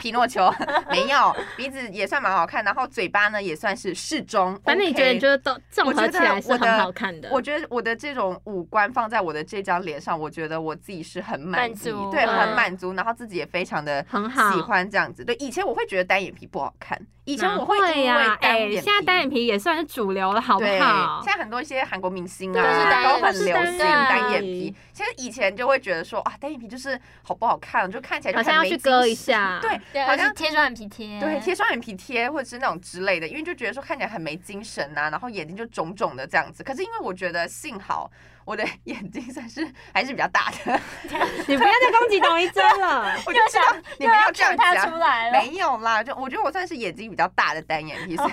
S2: 皮诺丘没有，鼻子也算蛮好看，然后嘴巴呢也算是适中，
S1: 反正你觉得你
S2: OK
S1: 觉得都综合起来是
S2: 我觉得我
S1: 很
S2: 的
S1: 好看的，
S2: 我觉得我的这种五官放在我的这张脸上，我觉得我自己是很满意，
S3: 满足
S2: 对，
S1: 嗯
S2: 很满足，然后自己也非常的
S1: 很好
S2: 喜欢这样子。对，以前我会觉得单眼皮不好看，以前
S1: 哪
S2: 我因为
S1: 呀，
S2: 单眼
S1: 哎，
S2: 皮，
S1: 现在单眼皮也算是主流了，好不
S2: 对，
S1: 好
S2: 现？在很多一些韩国明星
S1: 对都是
S2: 啊
S1: 单眼
S2: 都很流
S1: 都
S2: 行
S1: 是单
S2: 单眼
S1: 眼
S2: 皮
S1: 皮。
S2: 其实以前就会觉得说啊，单眼皮就是好不好看，就看起来就
S1: 好像要
S2: 很没
S1: 去
S2: 精
S1: 割一
S2: 神，
S1: 下，
S2: 对，
S3: 对，
S2: 好
S3: 而且
S2: 像。
S3: 贴双眼皮贴，
S2: 对，贴双眼皮贴或者是那种之类的，因为就觉得说看起来很没精神啊，然后眼睛就肿肿的这样子。可是因为我觉得幸好我的眼睛算是还是比较大的，
S1: 你不要再攻击董一真了。
S2: 我就
S3: 又
S2: 知道
S3: 想
S2: 你
S3: 又
S2: 们
S3: 要
S2: 这样
S3: cue 他出
S2: 讲。
S3: 来了，
S2: 没有啦，就我觉得我算是眼睛比较大的单 眼皮，所以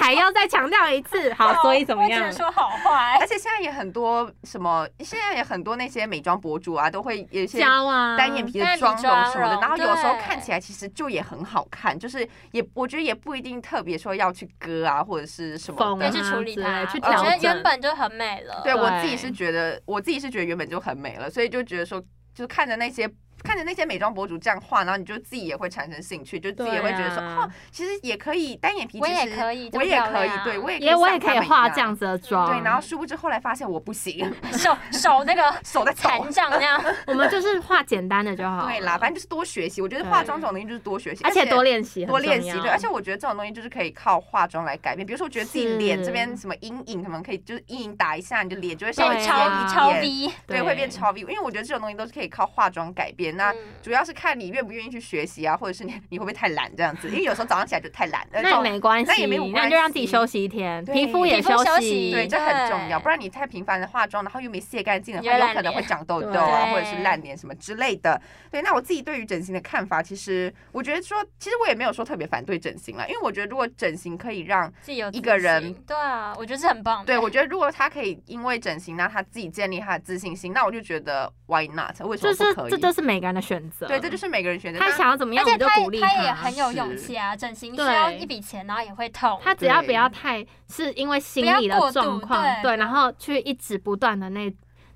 S1: 还要再强调一次，好，所以怎么
S3: 我
S1: 样
S3: 只能？说好话，哎
S2: 而且现在也很多什么，现在也很多那些美妆博主啊，都会有一些
S1: 胶啊，
S2: 单眼皮的
S3: 单眼皮
S2: 妆容
S3: 妆
S2: 什么的，
S3: 容
S2: 然后有时候
S3: 对
S2: 看起来其实就也很好看，就是也我觉得也不一定特别说要去割啊或者是什么
S1: 缝
S2: 的
S3: 要
S1: 啊
S3: 去处理
S1: 之
S3: 它，
S1: 类去
S3: 嗯我觉
S1: 调
S3: 得
S1: 整
S3: 原本就很美了，
S2: 对我自
S1: 对
S2: 己是觉得，我自己是觉得原本就很美了，所以就觉得说，就看着那些。看着那些美妆博主这样画，然后你就自己也会产生兴趣，就自己也会觉得说，
S1: 对啊
S2: 哦，其实也可以单眼皮，
S3: 我
S2: 其
S3: 也
S2: 实
S3: 可以这
S2: 我
S3: 么
S2: 也
S3: 漂
S2: 可以
S3: 亮，
S2: 对我也可以
S1: 也我也
S2: 像他
S1: 可以
S2: 们一
S1: 画
S2: 样
S1: 这样子嗯的妆，
S2: 对，然后殊不知后来发现我不行，
S3: 手手那个
S2: 手在抖。
S3: 残障那样，
S1: 我们就是画简单的就好。
S2: 对啦，反正就是多学习，我觉得
S1: 对
S2: 化妆这种东西就是多学习，
S1: 而且多练习，
S2: 多练习，对，而且我觉得这种东西就是可以靠化妆来改变，比如说我觉得自己脸这边
S1: 是
S2: 什么阴影，可能可以就是阴影打一下，你的脸就会稍微
S3: 变
S1: 对
S3: 超
S1: 啊
S2: 尖
S3: 超
S2: 一点。
S3: V，
S2: 对，会变超啊 V，因为我觉得这种东西都是可以靠化妆改变些。那
S3: 嗯
S2: 主要是看你愿不愿意去学习啊，或者是你 你会不会太懒这样子，因为有时候早上起来就太懒，呃
S1: 那也
S2: 到
S1: 没关系，
S2: 那也没有关系
S1: 那你就让自己休息一天，
S2: 对
S1: 皮肤也
S3: 皮肤休息
S1: 息
S2: 对，这很重要，
S3: 对
S2: 不然你太频繁的化妆，然后又没卸干净的
S3: 你
S2: 话，
S3: 就
S2: 有
S3: 烂
S2: 可能会
S3: 脸
S2: 长痘痘啊，
S3: 对
S2: 或者是烂脸什么之类的。对，那我自己对于整形的看法，其实我觉得说，其实我也没有说特别反对整形了，因为我觉得如果整形可以让
S3: 自己有
S2: 一
S3: 自
S2: 个人
S3: 信对啊，我觉得是很棒的。
S2: 对，我觉得如果他可以因为整形让他自己建立他的自信心，那我就觉得 why not？为什
S1: 就
S2: 么
S1: 是
S2: 不可以？
S1: 这就是每个人的选择。
S2: 对，这就是每个人选择。
S1: 他
S2: 那
S1: 想要怎么
S3: 而
S1: 样，我
S3: 且
S1: 们就
S3: 他
S1: 鼓励
S3: 他也很有
S2: 是
S3: 勇气啊，整形需
S1: 对
S3: 要一笔钱，然后也会痛。
S1: 他只要不
S2: 对
S1: 要太是因为心理
S3: 不要过
S1: 的
S3: 度
S1: 状况
S3: 对，
S1: 对，然后去一直不断的那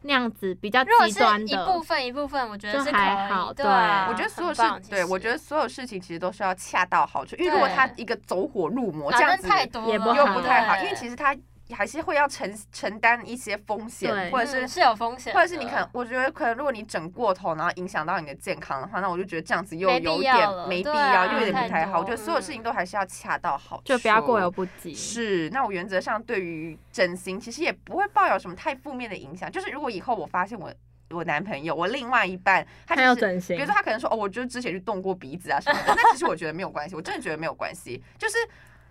S1: 那样子比较
S3: 如果
S1: 极
S3: 是
S1: 端
S3: 一
S1: 的，
S3: 部分一部分，我觉得
S1: 就是
S3: 可
S1: 还
S3: 以
S1: 好
S3: 对
S1: 对
S3: 啊，
S2: 我觉得所有事
S3: 很棒，其
S2: 对
S3: 实
S2: 我觉得所有事情其实都是要恰到好处，因为如果
S3: 对
S2: 他一个走火入魔
S3: 啊
S2: 这样
S3: 但
S2: 子，
S3: 太多
S1: 也
S3: 了
S1: 不
S2: 又不太好，
S3: 对
S2: 因为其实他还是会要承承担一些风险，
S1: 对
S2: 或者
S3: 嗯
S2: 是。
S3: 是有风险的，
S2: 或者是你可能，我觉得可能如果你整过头，然后影响到你的健康的话，那我就觉得这样子又
S3: 没必
S2: 有
S3: 要
S2: 点
S3: 了
S2: 没必
S3: 对
S2: 要，
S3: 啊
S2: 又有点不太好。
S3: 太多
S2: 我觉得所有事情都还是要恰到好处，
S1: 就不要过犹不及。
S2: 是，那我原则上对于整形其实也不会抱有什么太负面的影响。就是如果以后我发现我我男朋友，我另外一半，他
S1: 他
S2: 就
S1: 要
S2: 是
S1: 整形
S2: 比如说他可能说哦，我就是之前去动过鼻子啊什么的，那其实我觉得没有关系，我真的觉得没有关系。就是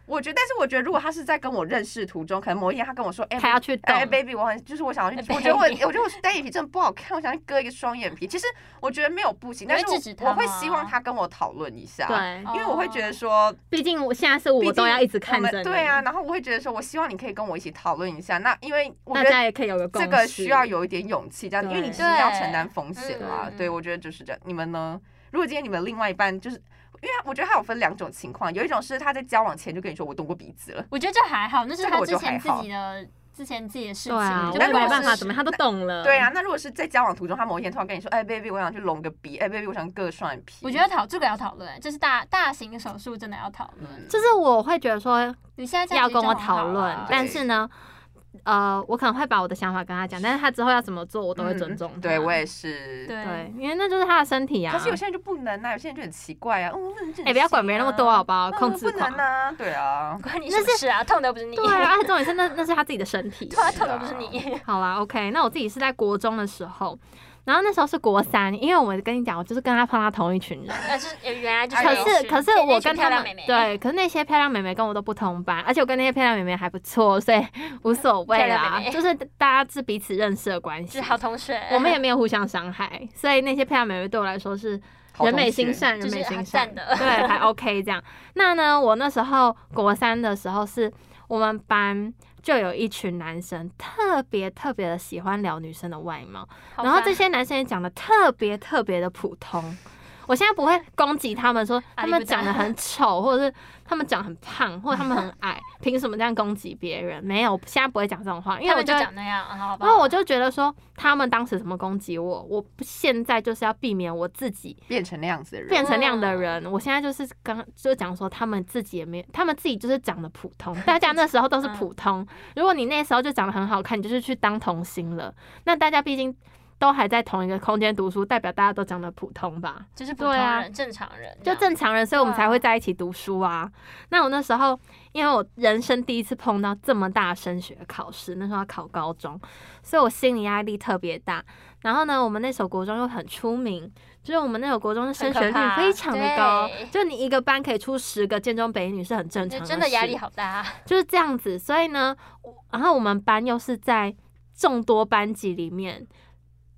S2: 我觉得，但是我觉得如果他是在跟我认识途中，可能某一天他跟我说，哎、
S1: 他要去动
S2: 哎，baby，我很就是我想要去，
S3: 哎
S2: 我觉得我
S3: baby
S2: 我觉得我单眼皮真的不好看，我想去割一个双眼皮。其实我觉得没有不行，
S3: 你
S2: 但
S3: 会
S2: 是我
S3: 制止他
S2: 我会
S3: 吗
S2: 希望他跟我讨论一下，，
S1: 对，
S2: 因为我会觉得说。
S1: 毕竟我现在是我
S2: 哦毕竟
S1: 都要一直看
S2: 我们
S1: 着你，
S2: 对啊，，然后我会觉得说，我希望你可以跟我一起讨论一下。那因为我
S1: 大
S2: 觉得
S1: 家也可以有个共
S2: 这
S1: 识。
S2: 个需要有一点勇气，这样，因
S1: 对嗯
S2: 为你就是要承担风险啦。
S3: 对
S2: 对，我觉得就是这样。你们呢？如果今天你们另外一半就是，因为我觉得他有分两种情况，有一种是他在交往前就跟你说我动过鼻子了，
S3: 我觉得这还好，那是
S2: 这个
S3: 他
S2: 我
S3: 之
S2: 就
S3: 前
S2: 还
S3: 自
S2: 好
S3: 己的之前自己的事
S1: 对
S3: 情，
S1: 啊，我
S3: 就不
S1: 也
S2: 如果
S1: 没办法，
S2: 是
S1: 怎么他都懂了。
S2: 对啊。，那如果是在交往途中，他某一天突然跟你说，哎，baby，我想去隆个鼻，哎，baby，我想割双眼皮，
S3: 我觉得讨这个要讨论，这是大大型手术真的要讨论。
S2: 嗯
S1: 就是我会觉得说
S3: 你现在这样
S1: 要
S3: 子
S1: 跟
S3: 就
S1: 我
S3: 很好
S1: 讨论
S3: 啊，
S1: 但是呢，呃，我可能会把我的想法跟他讲，但是他之后要怎么做，我都
S3: 嗯
S1: 会尊重他。
S2: 嗯对我也是。
S3: 对
S1: 对，因为那就是他的身体啊。
S2: 可是有些人就不能啊，有些人就很奇怪啊，嗯，那你
S1: 哎、不要管别人那么多好不好？
S2: 嗯
S1: 控制
S2: 不能
S1: 狂。
S2: 啊，对啊，
S3: 关你什么事啊？痛的又不是你，
S1: 对啊，而且重点是那那是他自己的身体。
S3: 对啊， 痛的又不是 你。
S1: 好啦，OK，那我自己是在国中的时候，然后那时候是国三，因为我跟你讲，我就是跟他碰到同一群人。
S3: 但是原来就是
S1: 可
S3: 那一
S1: 是
S3: 群
S1: 可是
S3: 哎那一
S1: 我
S3: 群
S1: 跟
S3: 漂
S1: 他
S3: 亮
S1: 们
S3: 妹妹，
S1: 对，可是那些漂亮妹妹跟我都不同班，而且我跟那些漂亮妹妹还不错，所以无所
S3: 漂
S1: 谓
S3: 亮
S1: 啦，
S3: 妹妹
S1: 就是大家是彼此认识的关
S3: 就是
S1: 系。
S3: 好同学，
S1: 我们也没有互相伤害，所以那些漂亮妹妹对我来说是
S2: 好
S1: 人
S2: 同
S1: 美
S2: 学
S1: 心善，
S3: 就
S1: 人
S3: 是
S1: 美
S3: 很
S1: 心善
S3: 赞，的。
S1: 对，还 OK 这样。那呢，我那时候国三的时候是。我们班就有一群男生特别特别的喜欢聊女生的外貌，
S3: 好
S1: 然后
S3: 吧
S1: 这些男生也讲的特别特别的普通。我现在不会攻击他们说
S3: 阿
S1: 他
S3: 里
S1: 们
S3: 不达
S1: 长得很丑，或者是他们长得很胖，或者他们很矮， 凭什么这样攻击别人？没有，我现在不会讲这种话，因为
S3: 他
S1: 我
S3: 们就
S1: 会
S3: 长那样，好吧？
S1: 因为我就觉得说，他们当时怎么攻击我，我不现在就是要避免我自己
S2: 变成那样子的人，
S1: 变成那样的人。我现在就是刚就讲说，他们自己也没有，他们自己就是长得普通，大家那时候都是普通。如果你那时候就长得很好看，你就是去当童星了。那大家毕竟都还在同一个空间读书，代表大家都长得普通吧？
S3: 就是普通
S1: 对啊
S3: 人、正常人这
S1: 就
S3: 样，
S1: 正常人，所以我们
S3: 对啊
S1: 才会在一起读书啊。那我那时候，因为我人生第一次碰到这么大的升学考试，那时候要考高中，所以我心理压力特别大。然后呢，我们那所国中又很出名，就是我们那所国中的升学
S3: 很可
S1: 率
S3: 怕
S1: 非常的高
S3: 对，
S1: 就你一个班可以出十个建中北一女是很正常
S3: 就
S1: 的事，
S3: 真的压力好大。
S1: 就是这样子。所以呢，我然后我们班又是在众多班级里面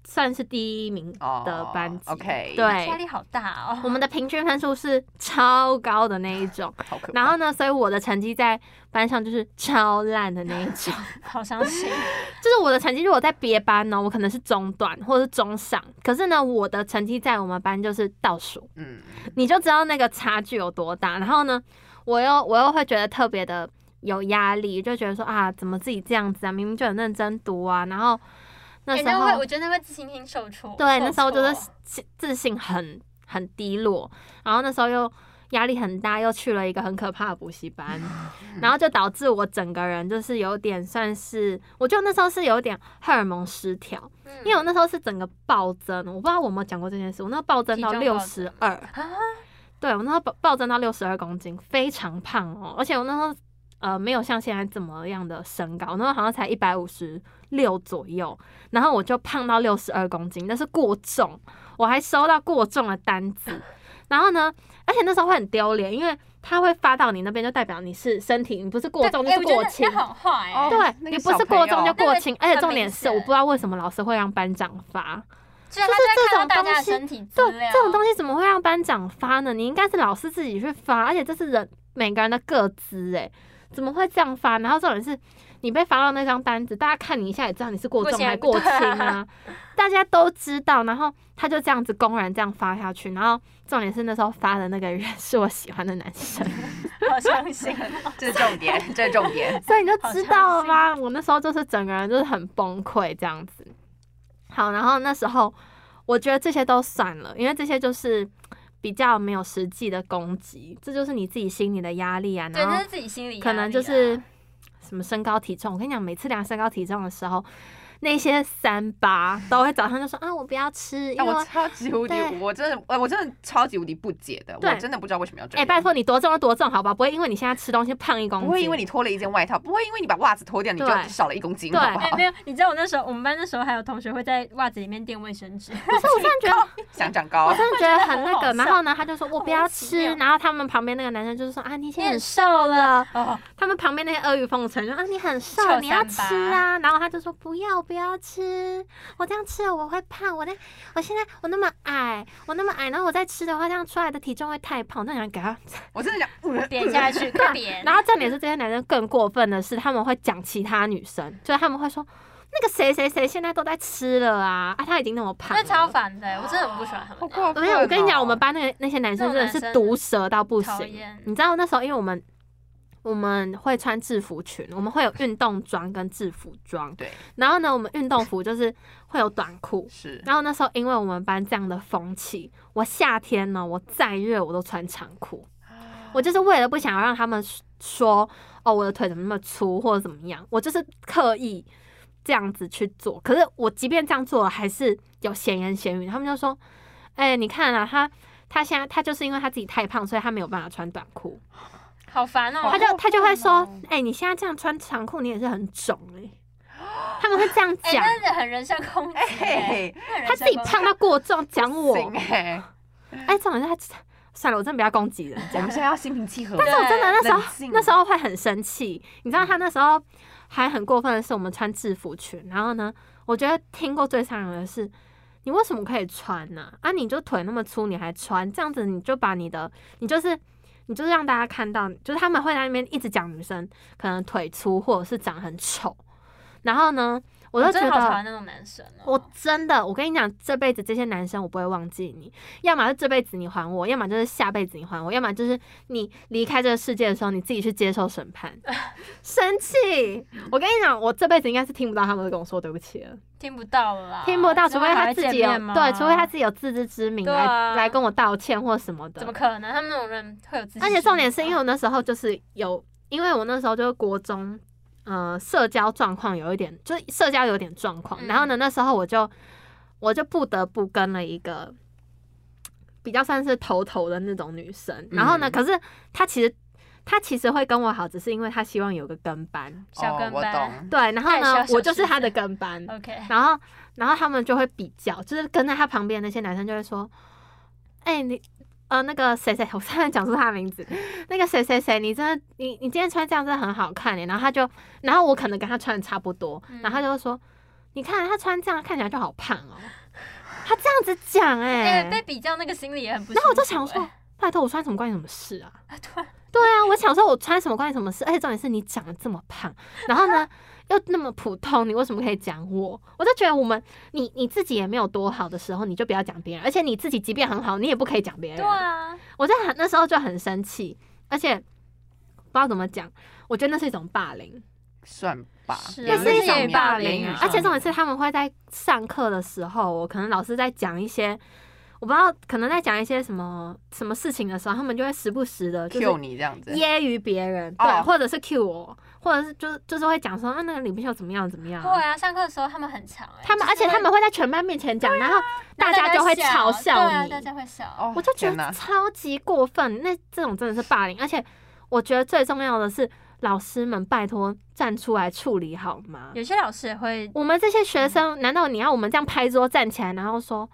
S1: 算是第一名
S2: 哦
S1: 的班级、
S2: OK
S1: 对，
S3: 压力好大
S1: 我
S3: 哦。
S1: 们的平均分数是超高的那一种，
S2: 好可怕。
S1: 然后呢，所以我的成绩在班上就是超烂的那一 种，
S3: 好伤心，
S1: 就是我的成绩如果在别班呢，我可能是中段或者是中上，可是呢，我的成绩在我们班就是倒数，
S2: 嗯，
S1: 你就知道那个差距有多大。然后呢，我又我又会觉得特别的有压力，就觉得说啊，怎么自己这样子啊，明明就很认真读啊，然后那
S3: 哎
S1: 时
S3: 那
S1: 候、
S3: 会我觉得会自信心受挫。
S1: 对，
S3: 受
S1: 那时候就是
S3: 挫
S1: 自自信很很低落，然后那时候又压力很大，又去了一个很可怕的补习 班，然后就导致我整个人就是有点算是，我觉得那时候是有点荷尔蒙失调，
S3: 嗯
S1: 因为我那时候是整个暴增，我不知道我有没有讲过这件事，我那时候暴增到
S3: 体重
S1: 六
S3: 暴
S1: 十
S3: 增
S1: 二，
S3: 啊，
S1: 对我那时候暴暴增到六十二公斤，非常胖哦，而且我那时候呃没有像现在怎么样的身高，那时候好像才一百五十六左右，然后我就胖到六十二公斤，那是过重，我还收到过重的单子。然后呢，而且那时候会很丢脸，因为他会发到你那边，就代表你是身体，你不是过重就
S3: 对哎
S1: 是
S3: 我觉得
S1: 过
S3: 那
S1: 轻。
S3: 很坏、欸
S2: 哦
S1: 对、
S2: 那个
S1: 你不
S2: 小
S1: 是
S2: 朋
S1: 过重
S2: 友
S1: 就过轻，
S3: 那个
S1: 而且重点是，
S3: 很明显
S1: 我不知道为什么老师会让班长发。
S3: 虽然他就会看到大家
S1: 就
S3: 的
S1: 是这
S3: 身体资
S1: 这
S3: 料，
S1: 这种东西怎么会让班长发呢？你应该是老师自己去发，而且这是人每个人的个资诶，怎么会这样发？然后重点是你被发到那张单子，大家看你一下也知道你是过
S3: 过
S1: 重
S3: 期
S1: 还
S3: 还
S1: 过
S3: 不
S1: 轻
S3: 对啊
S1: 啊， 大家都知道。然后他就这样子公然这样发下去，然后重点是那时候发的那个人是我喜欢的男生，
S3: 好伤心。哦
S2: 这是重点，这是重 点。
S1: 所以你就知道了吗？我那时候就是整个人就是很崩溃这样子。好，然后那时候我觉得这些都算了，因为这些就是比较没有实际的攻击，这就是你自己心里的压力啊。
S3: 对，
S1: 然
S3: 那
S1: 后
S3: 是自己心里压力啦
S1: 可能就是什么身高体重，我跟你讲，每次量身高体重的时候，那些三八都会早上就说啊，我不要吃，因
S2: 哎，
S1: 为
S2: 我超级无敌
S1: 对，
S2: 我真的，呃我真的超级无敌不解的，
S1: 对
S2: 我真的不知道为什么要这
S1: 哎、
S2: 样。
S1: 拜托你多重就多重，好吧，不会因为你现在吃东西胖一公斤，
S2: 不会因为你脱了一件外套，不会因为你把袜子脱掉你就
S1: 对
S2: 少了一公斤，
S1: 对
S2: 好不
S3: 哎、
S2: 好
S3: 没？有，你知道我那时候我们班那时候还有同学会在袜子里面垫卫 生纸，
S1: 可是我真的觉得
S2: 想长高
S1: 我，真的觉得很那
S3: 我觉得
S1: 个。
S3: 很好
S1: 然后呢，他就说我不要
S3: 莫
S1: 吃
S3: 名其。
S1: 然后他们旁边那个男生就是说啊， 你现在
S3: 你
S1: 很
S3: 很
S1: 瘦了。
S3: 哦，
S1: 他们旁边那些阿谀奉承说啊，你很
S3: 臭
S1: 瘦，
S3: 三
S1: 你要吃啊。然后他就说不要，不要吃，我这样吃了我会胖。我那我现在我那么矮，我那么矮，然后我再吃的话，这样出来的体重会太胖。那想给 他。
S2: 我真的想呃
S3: 点下 去，快点。
S1: 啊然后重点是这些男生更过分的是，他们会讲其他女生，就是他们会说那个谁谁谁现在都在吃了啊，啊他已经那么胖
S3: 那
S1: 了。
S3: 超烦的，我真的很不喜欢他
S2: 好
S3: 们。
S2: 过分哦。
S1: 没有，我跟你讲，我们班那个那些男生真的
S3: 那种
S1: 是
S3: 男生
S1: 毒舌到不
S3: 讨
S1: 行
S3: 厌。
S1: 你知道那时候，因为我们我们会穿制服裙，我们会有运动装跟制服装。
S2: 对。
S1: 然后呢，我们运动服就是会有短裤。
S2: 是
S1: 然后那时候，因为我们班这样的风气，我夏天呢，我再热我都穿长裤。
S3: 啊
S1: 我就是为了不想要让他们说哦，我的腿怎么那么粗或者怎么样，我就是刻意这样子去做。可是我即便这样做了，还是有闲言闲语，他们就说：“哎、你看啊，他他现在他就是因为他自己太胖，所以他没有办法穿短裤。
S3: 好烦哦！
S1: 他就他就会说
S2: 好过：“
S1: 哎、你现在这样穿长裤，你也是很肿哎、他们会这样
S3: 哎，
S1: 讲，哎
S3: 那是很人身攻击欸，
S2: 嘿，
S3: 那很人
S1: 他自己
S3: 身攻击
S1: 胖到过重，讲我。
S3: 啊
S2: 行哎，
S1: 哎，这种人他算了，我真的不要攻击人
S2: 我
S1: 家
S2: 们。现在要心平气和。
S3: 哎
S1: 但是我真的那时候
S2: 冷
S3: 哦
S2: 静
S1: 那时候会很生气，你知道他那时候还很过分的是，我们穿制服裙，然后呢，我觉得听过最伤人的是，你为什么可以穿呢、啊？你就腿那么粗，你还穿这样子，你就把你的你就是。你就是让大家看到，就是他们会在那边一直讲女生可能腿粗或者是长很丑，然后呢，我就
S3: 我
S1: 觉
S3: 真
S1: 得
S3: 的好讨厌那种男生哦。
S1: 我真的，我跟你讲，这辈子这些男生我不会忘记你，要么是这辈子你还我，要么就是下辈子你还我，要么就是你离开这个世界的时候你自己去接受审 判。生气！
S3: 嗯
S1: 我跟你讲，我这辈子应该是听不到他们跟我说对不起了，
S3: 听不到了啦，
S1: 听不到，
S3: 啊之
S1: 除
S3: 后
S1: 非
S3: 还
S1: 他
S3: 会
S1: 自己
S3: 见
S1: 有
S3: 面吗
S1: 对，除非他自己有自知之明
S3: 对
S1: 来、
S3: 啊
S1: 来跟我道歉或什么的。
S3: 怎么可能？他们那种人会有自己。
S1: 而且重点是因为我那时候就是有，因为我那时候就是国中，呃，社交状况有一点，就是社交有点状况。
S3: 嗯
S1: 然后呢，那时候我就我就不得不跟了一个比较算是头头的那种女生。然后呢，
S2: 嗯
S1: 可是她其实她其实会跟我好，只是因为她希望有个跟班。
S3: 小跟
S2: 哦我
S3: 班
S2: 懂。
S1: 对，然后
S3: 她
S1: 呢
S3: 也，需要
S1: 我就是
S3: 小
S1: 她的
S3: 师姐
S1: 跟班。
S3: ，OK，
S1: 然后，然后他们就会比较，就是跟在他旁边的那些男生就会说：“哎、你呃，那个谁谁，我差点讲出他的名字，那个谁谁谁，你真的，你你今天穿这样真的很好看欸耶。”然后他就，然后我可能跟他穿的差不多，
S3: 嗯
S1: 然后他就会说：“你看他穿这样看起来就好胖哦。”他这样子讲、哎、
S3: 哎，被比较那个心里也很不舒服欸。
S1: 然后我就想说，拜托，我穿什么关你什么事啊？对啊，我想说，我穿什么关你什么事？而且重点是你长得这么胖，然后呢 又那么普通，你为什么可以讲我？我就觉得我们你你自己也没有多好的时候，你就不要讲别人，而且你自己即便很好，你也不可以讲别人。
S3: 对啊，
S1: 我在很那时候就很生气，而且不知道怎么讲，我觉得那是一种霸凌。
S2: 算吧，
S3: 是
S1: 也
S3: 啊
S1: 是
S3: 那
S1: 一
S3: 是
S1: 种
S3: 言语
S1: 霸
S3: 上的
S1: 凌
S3: 言
S1: 啊
S3: 语。
S1: 而且重
S2: 这
S1: 点
S2: 种
S1: 是，他们会在上课的时候，我可能老师在讲一些，我不知道，可能在讲一些什么什么事情的时候，他们就会时不时的就是
S2: Q 你这样子，
S1: 揶揄别人，
S2: 哦
S1: 对，或者是 cue 我，或者是就是就是会讲说啊那个李明秀怎么样怎么样
S3: 对
S1: 啊。
S3: 啊，上课的时候他们很长欸，
S1: 他们，
S3: 就
S1: 而
S3: 是
S1: 且他
S3: 会啊
S1: 们会在全班面前讲，然后大
S3: 那
S1: 家就会
S3: 笑
S1: 嘲
S3: 对
S1: 笑
S3: 啊，
S1: 你
S3: 大。家会笑。
S2: 哦，
S1: 我就觉
S2: 天
S1: 得
S2: 哪
S1: 超级过分，那这种真的是霸凌，而且我觉得最重要的是，老师们拜托站出来处理好吗？
S3: 有些老师也会
S1: 我们这些学生，难道你要我们这样拍桌站起来，然后说，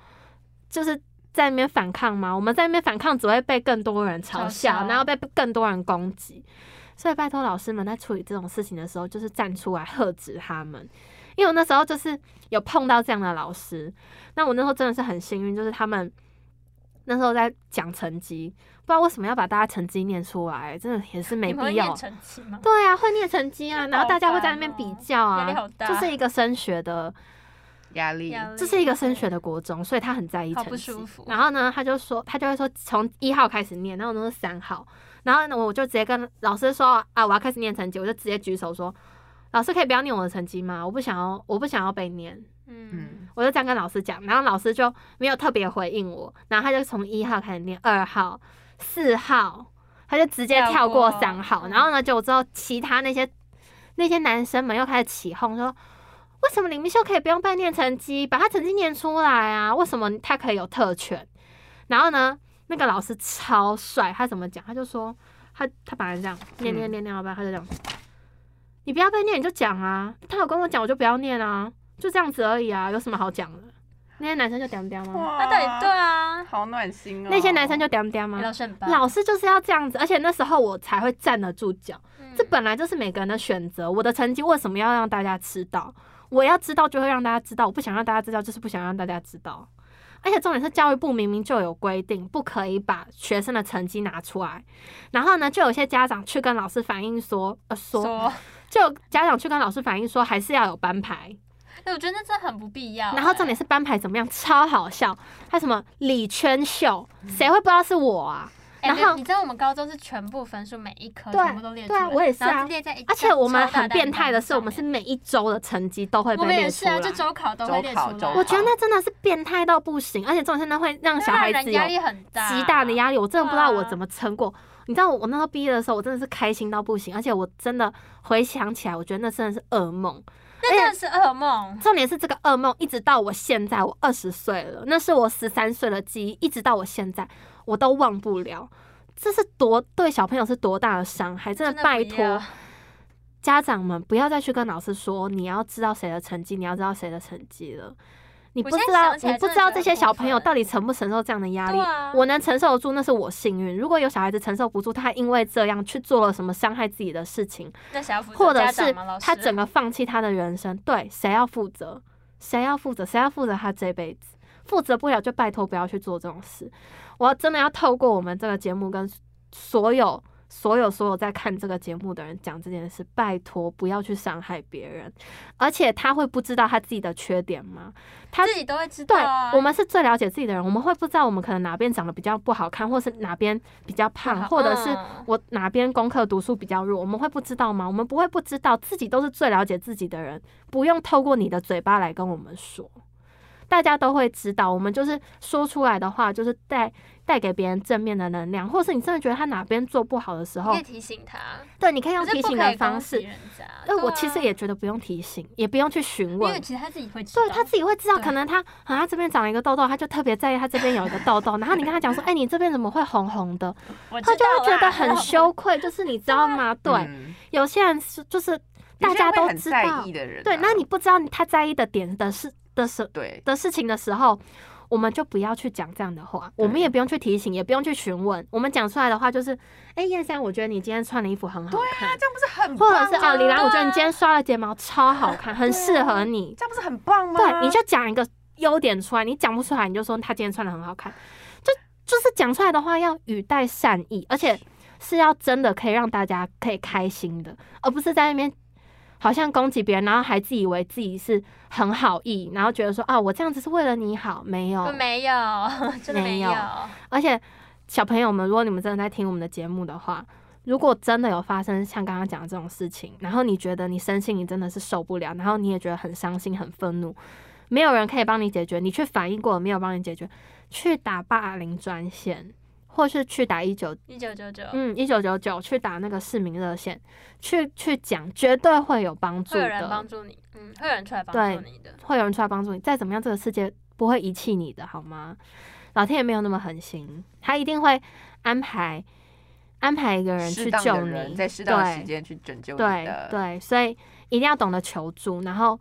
S1: 就是在那边反抗嘛，我们在那边反抗只会被更多人嘲
S3: 嘲
S1: 笑，
S3: 笑
S1: 然后被更多人攻击。所以拜托老师们在处理这种事情的时候，就是站出来喝止他们。因为我那时候就是有碰到这样的老师，那我那时候真的是很幸运，就是他们那时候在讲成绩，不知道为什么要把大家成绩念出来，真的也是没
S3: 你们会
S1: 必
S3: 念
S1: 要。
S3: 成绩吗？
S1: 对啊，会念成绩啊，然后大家会在那边比较
S3: 好烦哦压力
S1: 啊
S3: 好，大
S1: 就是一个升学的，
S2: 压力，
S3: 压力
S1: 这是一个升学的国中，所以他很在意成
S3: 好
S1: 绩。
S3: 不舒服
S1: 然后呢，他就说，他就会说从一号开始念，然后都是三号，然后呢，我就直接跟老师说啊，我要开始念成绩，我就直接举手说，老师可以不要念我的成绩吗？我不想要，我不想要被念。
S3: 嗯，
S2: 嗯，
S1: 我就这样跟老师讲，然后老师就没有特别回应我，然后他就从一号开始念二号、四号，他就直接跳过
S3: 跳过
S1: 三号，
S3: 嗯
S1: 然后呢，就之后其他那些那些男生们又开始起哄说。为什么李明秀可以不用被念成绩，把他成绩念出来啊？为什么他可以有特权？然后呢，那个老师超帅，他怎么讲？他就说他他本来这样念
S3: 嗯
S1: 念念念到半，他就这样，你不要被念你就讲啊，他有跟我讲我就不要念啊，就这样子而已啊，有什么好讲的？那些男生就屌屌吗？
S2: 哇
S3: 嗯那到底对啊？
S2: 好暖心哦。
S1: 那些男生就屌屌吗
S3: 哎？老师很棒，
S1: 老师就是要这样子，而且那时候我才会站得住脚。
S3: 嗯
S1: 这本来就是每个人的选择。我的成绩为什么要让大家知道？我要知道就会让大家知道，我不想让大家知道，就是不想让大家知道。而且重点是，教育部明明就有规定，不可以把学生的成绩拿出来。然后呢，就有些家长去跟老师反映说，呃，说
S3: 说，
S1: 就有家长去跟老师反映说，还是要有班牌。
S3: 哎，我觉得那真的很不必要。
S1: 然后重点是班牌怎么样，超好笑。他什么李圈秀，
S3: 嗯
S1: 谁会不知道是我啊？
S3: 哎，
S1: 然后
S3: 你你知道我们高中是全部分数每一科
S1: 对
S3: 全部都列出
S1: 对
S3: 来，
S1: 啊我也是啊
S3: 然后列在一，
S1: 而且我们
S3: 超大
S1: 很
S3: 单
S1: 变态的是，
S3: 上
S1: 我们是
S3: 面
S1: 每一周的成绩都会
S3: 我
S1: 被
S3: 们也
S1: 列出
S3: 是啊，
S1: 来。
S3: 就周考都会列
S2: 周考
S3: 出
S2: 周
S3: 来。
S2: 考
S1: 我觉得那真的是变态到不行，而且重点是那会让小孩
S3: 那让
S1: 子
S3: 人
S1: 有
S3: 压力很大，啊
S1: 极大的压力。我真的不知道我
S3: 对啊
S1: 怎么撑过。你知道我那时候毕业的时候，我真的是开心到不行，而且我真的回想起来，我觉得那真的是噩梦。
S3: 那真的是噩梦。
S1: 重点是这个噩梦一直到我现在，我二十岁了，那是我十三岁的记忆，一直到我现在我都忘不了。这是多对小朋友是多大的伤害，真
S3: 真
S1: 的
S3: 的
S1: 拜
S3: 不
S1: 托
S3: 要
S1: 家长们不要再去跟老师说你要知道谁的成绩，你要知道谁的成绩了。你不
S3: 我
S1: 知
S3: 现在
S1: 道
S3: 想，起
S1: 你
S3: 来
S1: 不
S3: 真的
S1: 知道
S3: 觉
S1: 这
S3: 得
S1: 些
S3: 很
S1: 小
S3: 过
S1: 朋友
S3: 分
S1: 到底承不承受这样的压力
S3: 对。啊
S1: 我能承受得住，那是我幸运。如果有小孩子承受不住，他因为这样去做了什么伤害自己的事情，
S3: 那想要负责
S1: 或者
S3: 家
S1: 是
S3: 长吗老师
S1: 他整个放弃他的人生，对，谁要负责？谁要负责？谁要负责他这辈子？负责不了就拜托不要去做这种事。我真的要透过我们这个节目跟所有。所有所有在看这个节目的人讲这件事，拜托不要去伤害别人，而且他会不知道他自己的缺点吗？他
S3: 自己都会知道
S1: 对
S3: 啊。，
S1: 我们是最了解自己的人，我们会不知道我们可能哪边长得比较不好看，或是哪边比较胖，
S3: 嗯
S1: 或者是我哪边功课读书比较弱，我们会不知道吗？我们不会不知道，自己都是最了解自己的人，不用透过你的嘴巴来跟我们说，大家都会知道。我们就是说出来的话，就是带带给别人正面的能量，或是你真的觉得他哪边做不好的时
S3: 你
S1: 候
S3: 可以，提醒他，
S1: 对，你可以用
S3: 可
S1: 哦提
S3: 是不
S1: 醒
S3: 可
S1: 的
S3: 以
S1: 方
S3: 攻击
S1: 式。
S3: 人家。
S1: 那
S3: 对
S1: 我
S3: 啊
S1: 其实也觉得不用提醒，也不用去询
S3: 因
S1: 问
S3: 为，其实他自己会知道，
S1: 对他自己会知道，
S3: 对
S1: 可能他啊他这边长了一个痘痘，他就特别在意他这边有一个痘痘，然后你跟他讲 说，哎、你这边怎么会红红的？
S3: 我知
S1: 他就会
S3: 道
S1: 觉得
S3: 啦
S1: 很。 羞愧，就是你知道吗？对，
S2: 嗯
S1: 有些人是就是大
S2: 有些人
S1: 家
S2: 会
S1: 都
S2: 很
S1: 知
S2: 在
S1: 道
S2: 意，的人啊，
S1: 对，那你不知道他在意的点的事的事
S2: 对
S1: 的事情的时候。我们就不要去讲这样的话，我们也不用去提醒，也不用去询问。我们讲出来的话就是：哎、燕山，我觉得你今天穿的衣服很好看，
S2: 这样不是啊很
S1: 或
S2: 棒啊
S1: 者
S2: 吗？
S1: 是哦，李兰，我觉得你今天刷了睫毛超好 看，很适合你。
S2: 这样不是很棒吗？
S1: 对，你就讲一个优点出来，你讲不出来，你就说他今天穿的很好看，就就是讲出来的话要语带善意，而且是要真的可以让大家可以开心的，而不是在那边好像攻击别人，然后还自以为自己是很好意，然后觉得说啊，我这样子是为了你好，没有
S3: 我，没有，真的
S1: 没
S3: 没
S1: 有
S3: 有。
S1: 而且小朋友们，如果你们真的在听我们的节目的话，如果真的有发生像刚刚讲的这种事情，然后你觉得你生性你真的是受不了，然后你也觉得很伤心、很愤怒，没有人可以帮你解决，你去反映过了没有帮你解决，去打霸凌专线，或是去打一九
S3: 一九九九，
S1: 嗯一九九九去打那个市民热线，去去讲，绝对会有帮助
S3: 会有人帮
S1: 的，
S3: 助你，嗯，会有人出来帮
S1: 对
S3: 助你的。
S1: 会有人出来帮助你。再怎么样，这个世界不会遗弃你的，好吗？老天也没有那么狠心，他一定会安排安排一个人去
S2: 适当
S1: 救
S2: 的人
S1: 你，
S2: 在适当的
S1: 对
S2: 时间去拯救你
S1: 对
S2: 的。
S1: 对，所以一定要懂得求助，然后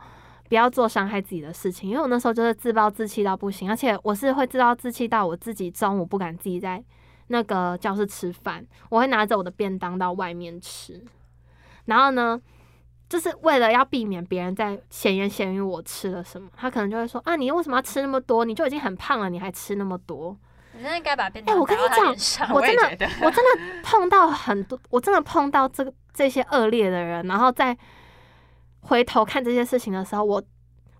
S1: 不要做伤害自己的事情。因为我那时候就是自暴自弃到不行，而且我是会自暴自弃到我自己中午不敢自己在那个教室吃饭，我会拿着我的便当到外面吃。然后呢，就是为了要避免别人在闲言闲语我吃了什么，他可能就会说啊，你为什么要吃那么多？你就已经很胖了，你还吃那么多？
S3: 你真的该把便
S1: 哎
S3: 当
S1: 我跟
S3: 打到
S1: 你
S3: 他
S1: 讲
S3: 脸上。
S1: 我真的
S2: 也觉得，
S1: 我真的碰到很多，我真的碰到这个这些恶劣的人，然后再回头看这些事情的时候，我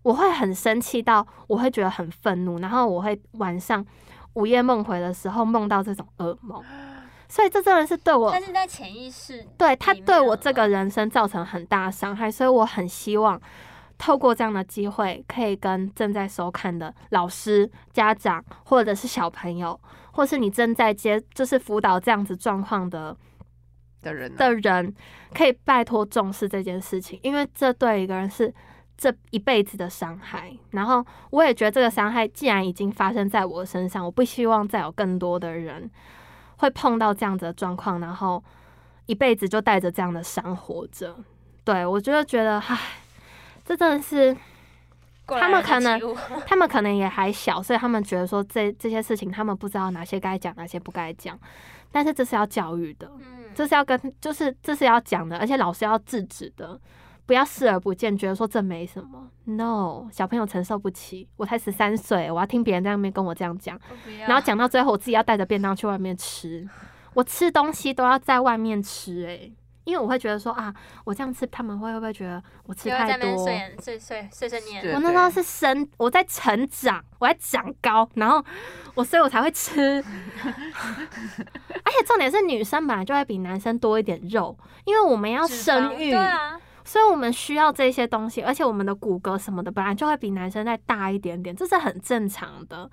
S1: 我会很生气到，我会觉得很愤怒，然后我会晚上午夜梦回的时候梦到这种噩梦，所以这真的是对我
S3: 他是在潜意识，
S1: 对他
S3: 里面
S1: 对我
S3: 了
S1: 这个人生造成很大的伤害，所以我很希望透过这样的机会，可以跟正在收看的老师、家长或者是小朋友，或是你正在接就是辅导这样子状况的
S2: 的人啊呢，
S1: 的人，可以拜托重视这件事情，因为这对一个人是。这一辈子的伤害，然后我也觉得这个伤害既然已经发生在我身上，我不希望再有更多的人会碰到这样子的状况，然后一辈子就带着这样的伤活着。对我就觉得，唉，这真的是
S3: 过
S1: 他们
S3: 来人的
S1: 可能
S3: 体悟
S1: 他们可能也还小，所以他们觉得说这这些事情他们不知道哪些该讲，哪些不该讲。但是这是要教育的，
S3: 嗯，
S1: 这是要跟就是这是要讲的，而且老师要制止的，不要视而不见，觉得说这没什么。No，小朋友承受不起，我才十三岁，我要听别人在那边跟我这样 讲，
S3: 我不要
S1: 然后讲到最后，我自己要带着便当去外面吃，我吃东西都要在外面吃、欸，诶，因为我会觉得说啊，我这样吃他们会会不会觉得我吃
S3: 又在
S1: 太
S3: 那
S1: 多
S3: 边？碎眼碎碎碎碎
S2: 是
S3: 念，
S1: 我那时候
S2: 对
S1: 是生，我在成长，我在长高，然后我所以我才会 吃，而且重点是女生本来就会比男生多一点肉，因为我们要
S3: 脂肪
S1: 生育，
S3: 对啊，
S1: 所以我们需要这些东西，而且我们的骨骼什么的本来就会比男生再大一点点，这是很正常的。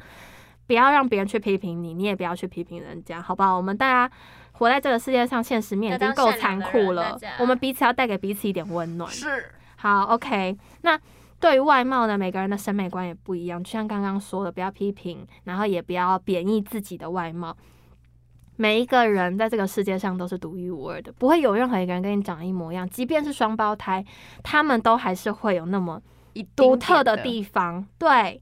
S1: 不要让别人去批评你，你也不要去批评人家，好不好？我们大家活在这个世界上，现实面已
S3: 要
S1: 经
S3: 当
S1: 够
S3: 善
S1: 残
S3: 良的
S1: 酷
S3: 人
S1: 了
S3: 大家，
S1: 我们彼此要带给彼此一点温暖。
S2: 是
S1: 好，OK。那对于外貌呢，每个人的审美观也不一样，就像刚刚说的，不要批评，然后也不要贬义自己的外貌。每一个人在这个世界上都是独一无二的，不会有任何一个人跟你长一模一样。即便是双胞胎，他们都还是会有那么
S2: 一
S1: 独
S2: 丁点
S1: 特
S2: 的
S1: 的地方。对，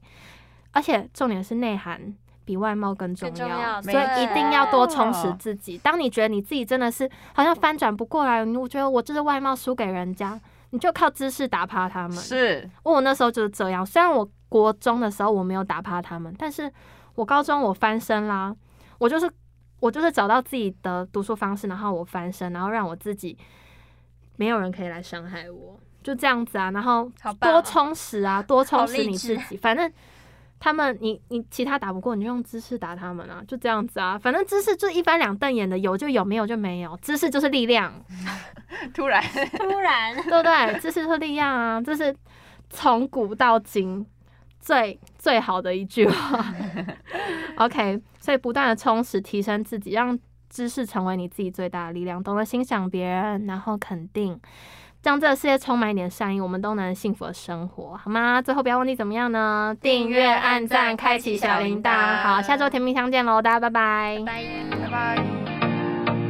S1: 而且重点是内涵比外貌更重要，
S3: 更重要
S1: 所以
S2: 没
S1: 一定要多
S2: 错
S1: 充实自己。当你觉得你自己真的是好像翻转不过来，你我觉得我就是外貌输给人家，你就靠知识打趴他们。
S2: 是
S1: 哦我那时候就是这样，虽然我国中的时候我没有打趴他们，但是我高中我翻身啦，我就是我就是找到自己的读书方式，然后我翻身，然后让我自己没有人可以来伤害我，就这样子啊，然后
S3: 好棒
S1: 多
S3: 哦
S1: 充实啊，多充实
S3: 励
S1: 你自
S3: 志
S1: 己，反正。他们，你你其他打不过，你就用知识打他们啊，就这样子啊，反正知识就一翻两瞪眼的，有就有，没有就没有，知识就是力量。
S2: 突然
S3: 突 然
S1: 对不对？这是特力样啊，这是从古到今最最好的一句话。OK，所以不断的充实、提升自己，让知识成为你自己最大的力量，懂得欣赏别人，然后肯定。让这个世界充满一点善意，我们都能幸福的生活，好吗？最后不要忘记怎么样呢？订阅、按赞、开启小铃铛。好，下周甜蜜相见喽，大家拜拜
S3: 拜。
S2: 拜拜。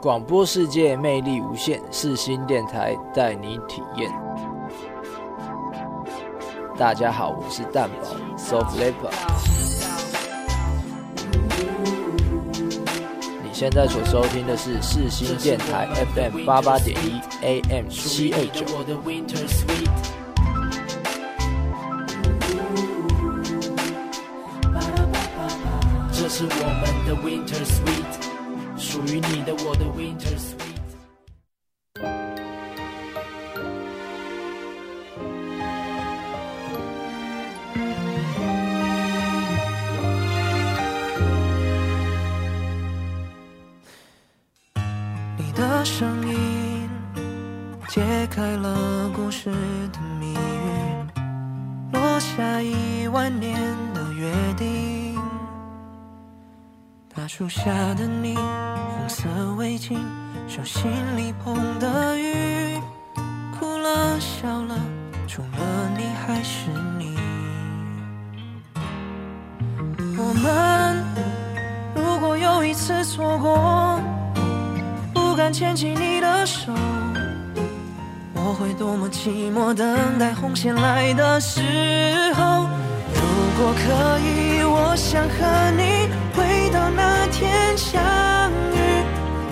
S4: 广播世界魅力无限，四星电台带你体验。大家好，我是蛋宝 Soft Leper。你现在所收听的是四星电台 FM 八八点一 AM 七二九。
S5: 我的 Winter Sweet。这是我们的 Winter Sweet，属于你的我的 Winter Sweet。你的声音解开了故事的谜语，落下一万年的约定。大树下的你，红色围巾，手心里捧的雨，哭了笑了，除了你还是你。我们如果有一一次错过，不敢牵起你的手，我会多么寂寞，等待红线来的时候。如果可以，我想和你回到那天相遇，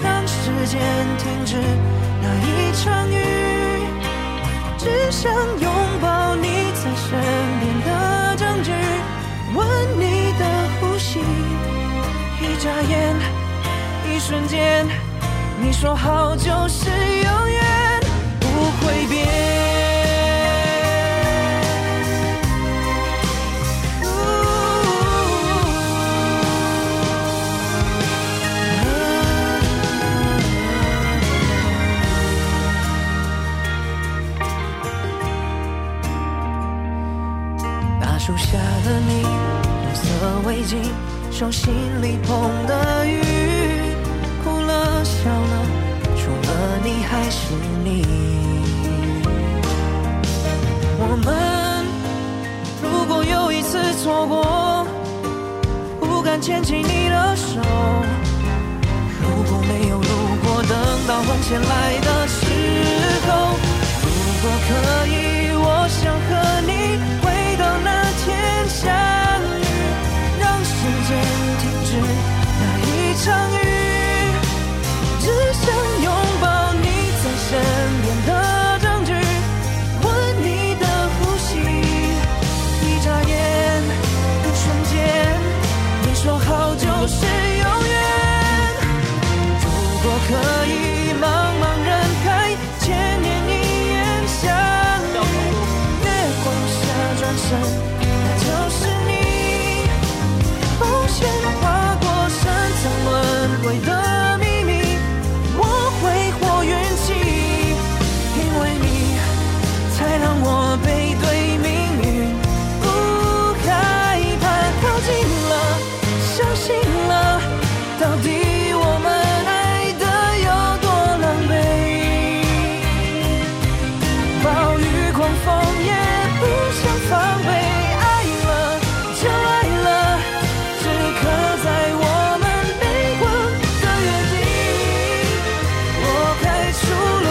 S5: 让时间停止那一场雨。只想拥抱你在身边的证据，吻你的呼吸。一眨眼，一瞬间，你说好就是永远不会变。呜大树下的你，红色围巾，手心里捧的雨，哭了笑了，除了你还是你。我们如果又一次错过，不敢牵起你的手。如果没有如果，等到红线来的时候，如果可以，我想和你回到那天相遇，让时间停止那一场雨，只想拥抱你在身边的证据，吻你的呼吸。一眨眼，一瞬间，你说好就是永远。如果可以，茫茫人海，千年一眼相遇，月光下转身，那就是你。红线划过深藏轮回的秘密，我挥霍运气，因为你。才让我背对命运，不害怕，靠近了，相信了，到底我们爱的有多狼狈？暴雨狂风也不想防备，爱了就爱了，只刻在我们泪光的约定。我开出了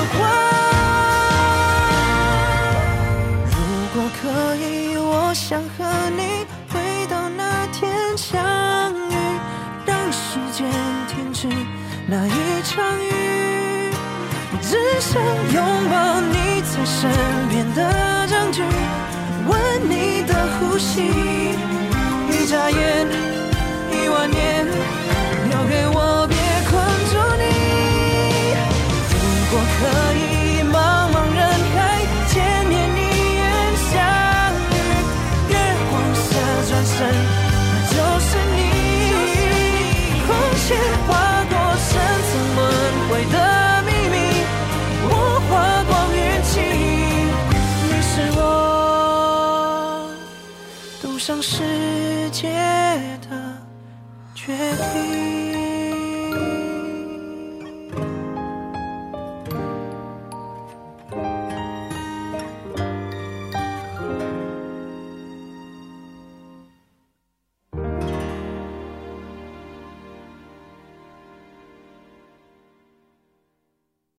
S5: 花。如果可以，我想和你回到那天相遇，让时间停止那一场雨。只想拥抱你在身边的证据，吻你的呼吸。一眨眼，一万年，留给我别困住你。如果可以，茫茫人海，千年一眼相遇，月光下转身，那就是你。红线划过深藏轮回的秘密，我花光运气，你是我赌上世界的决定。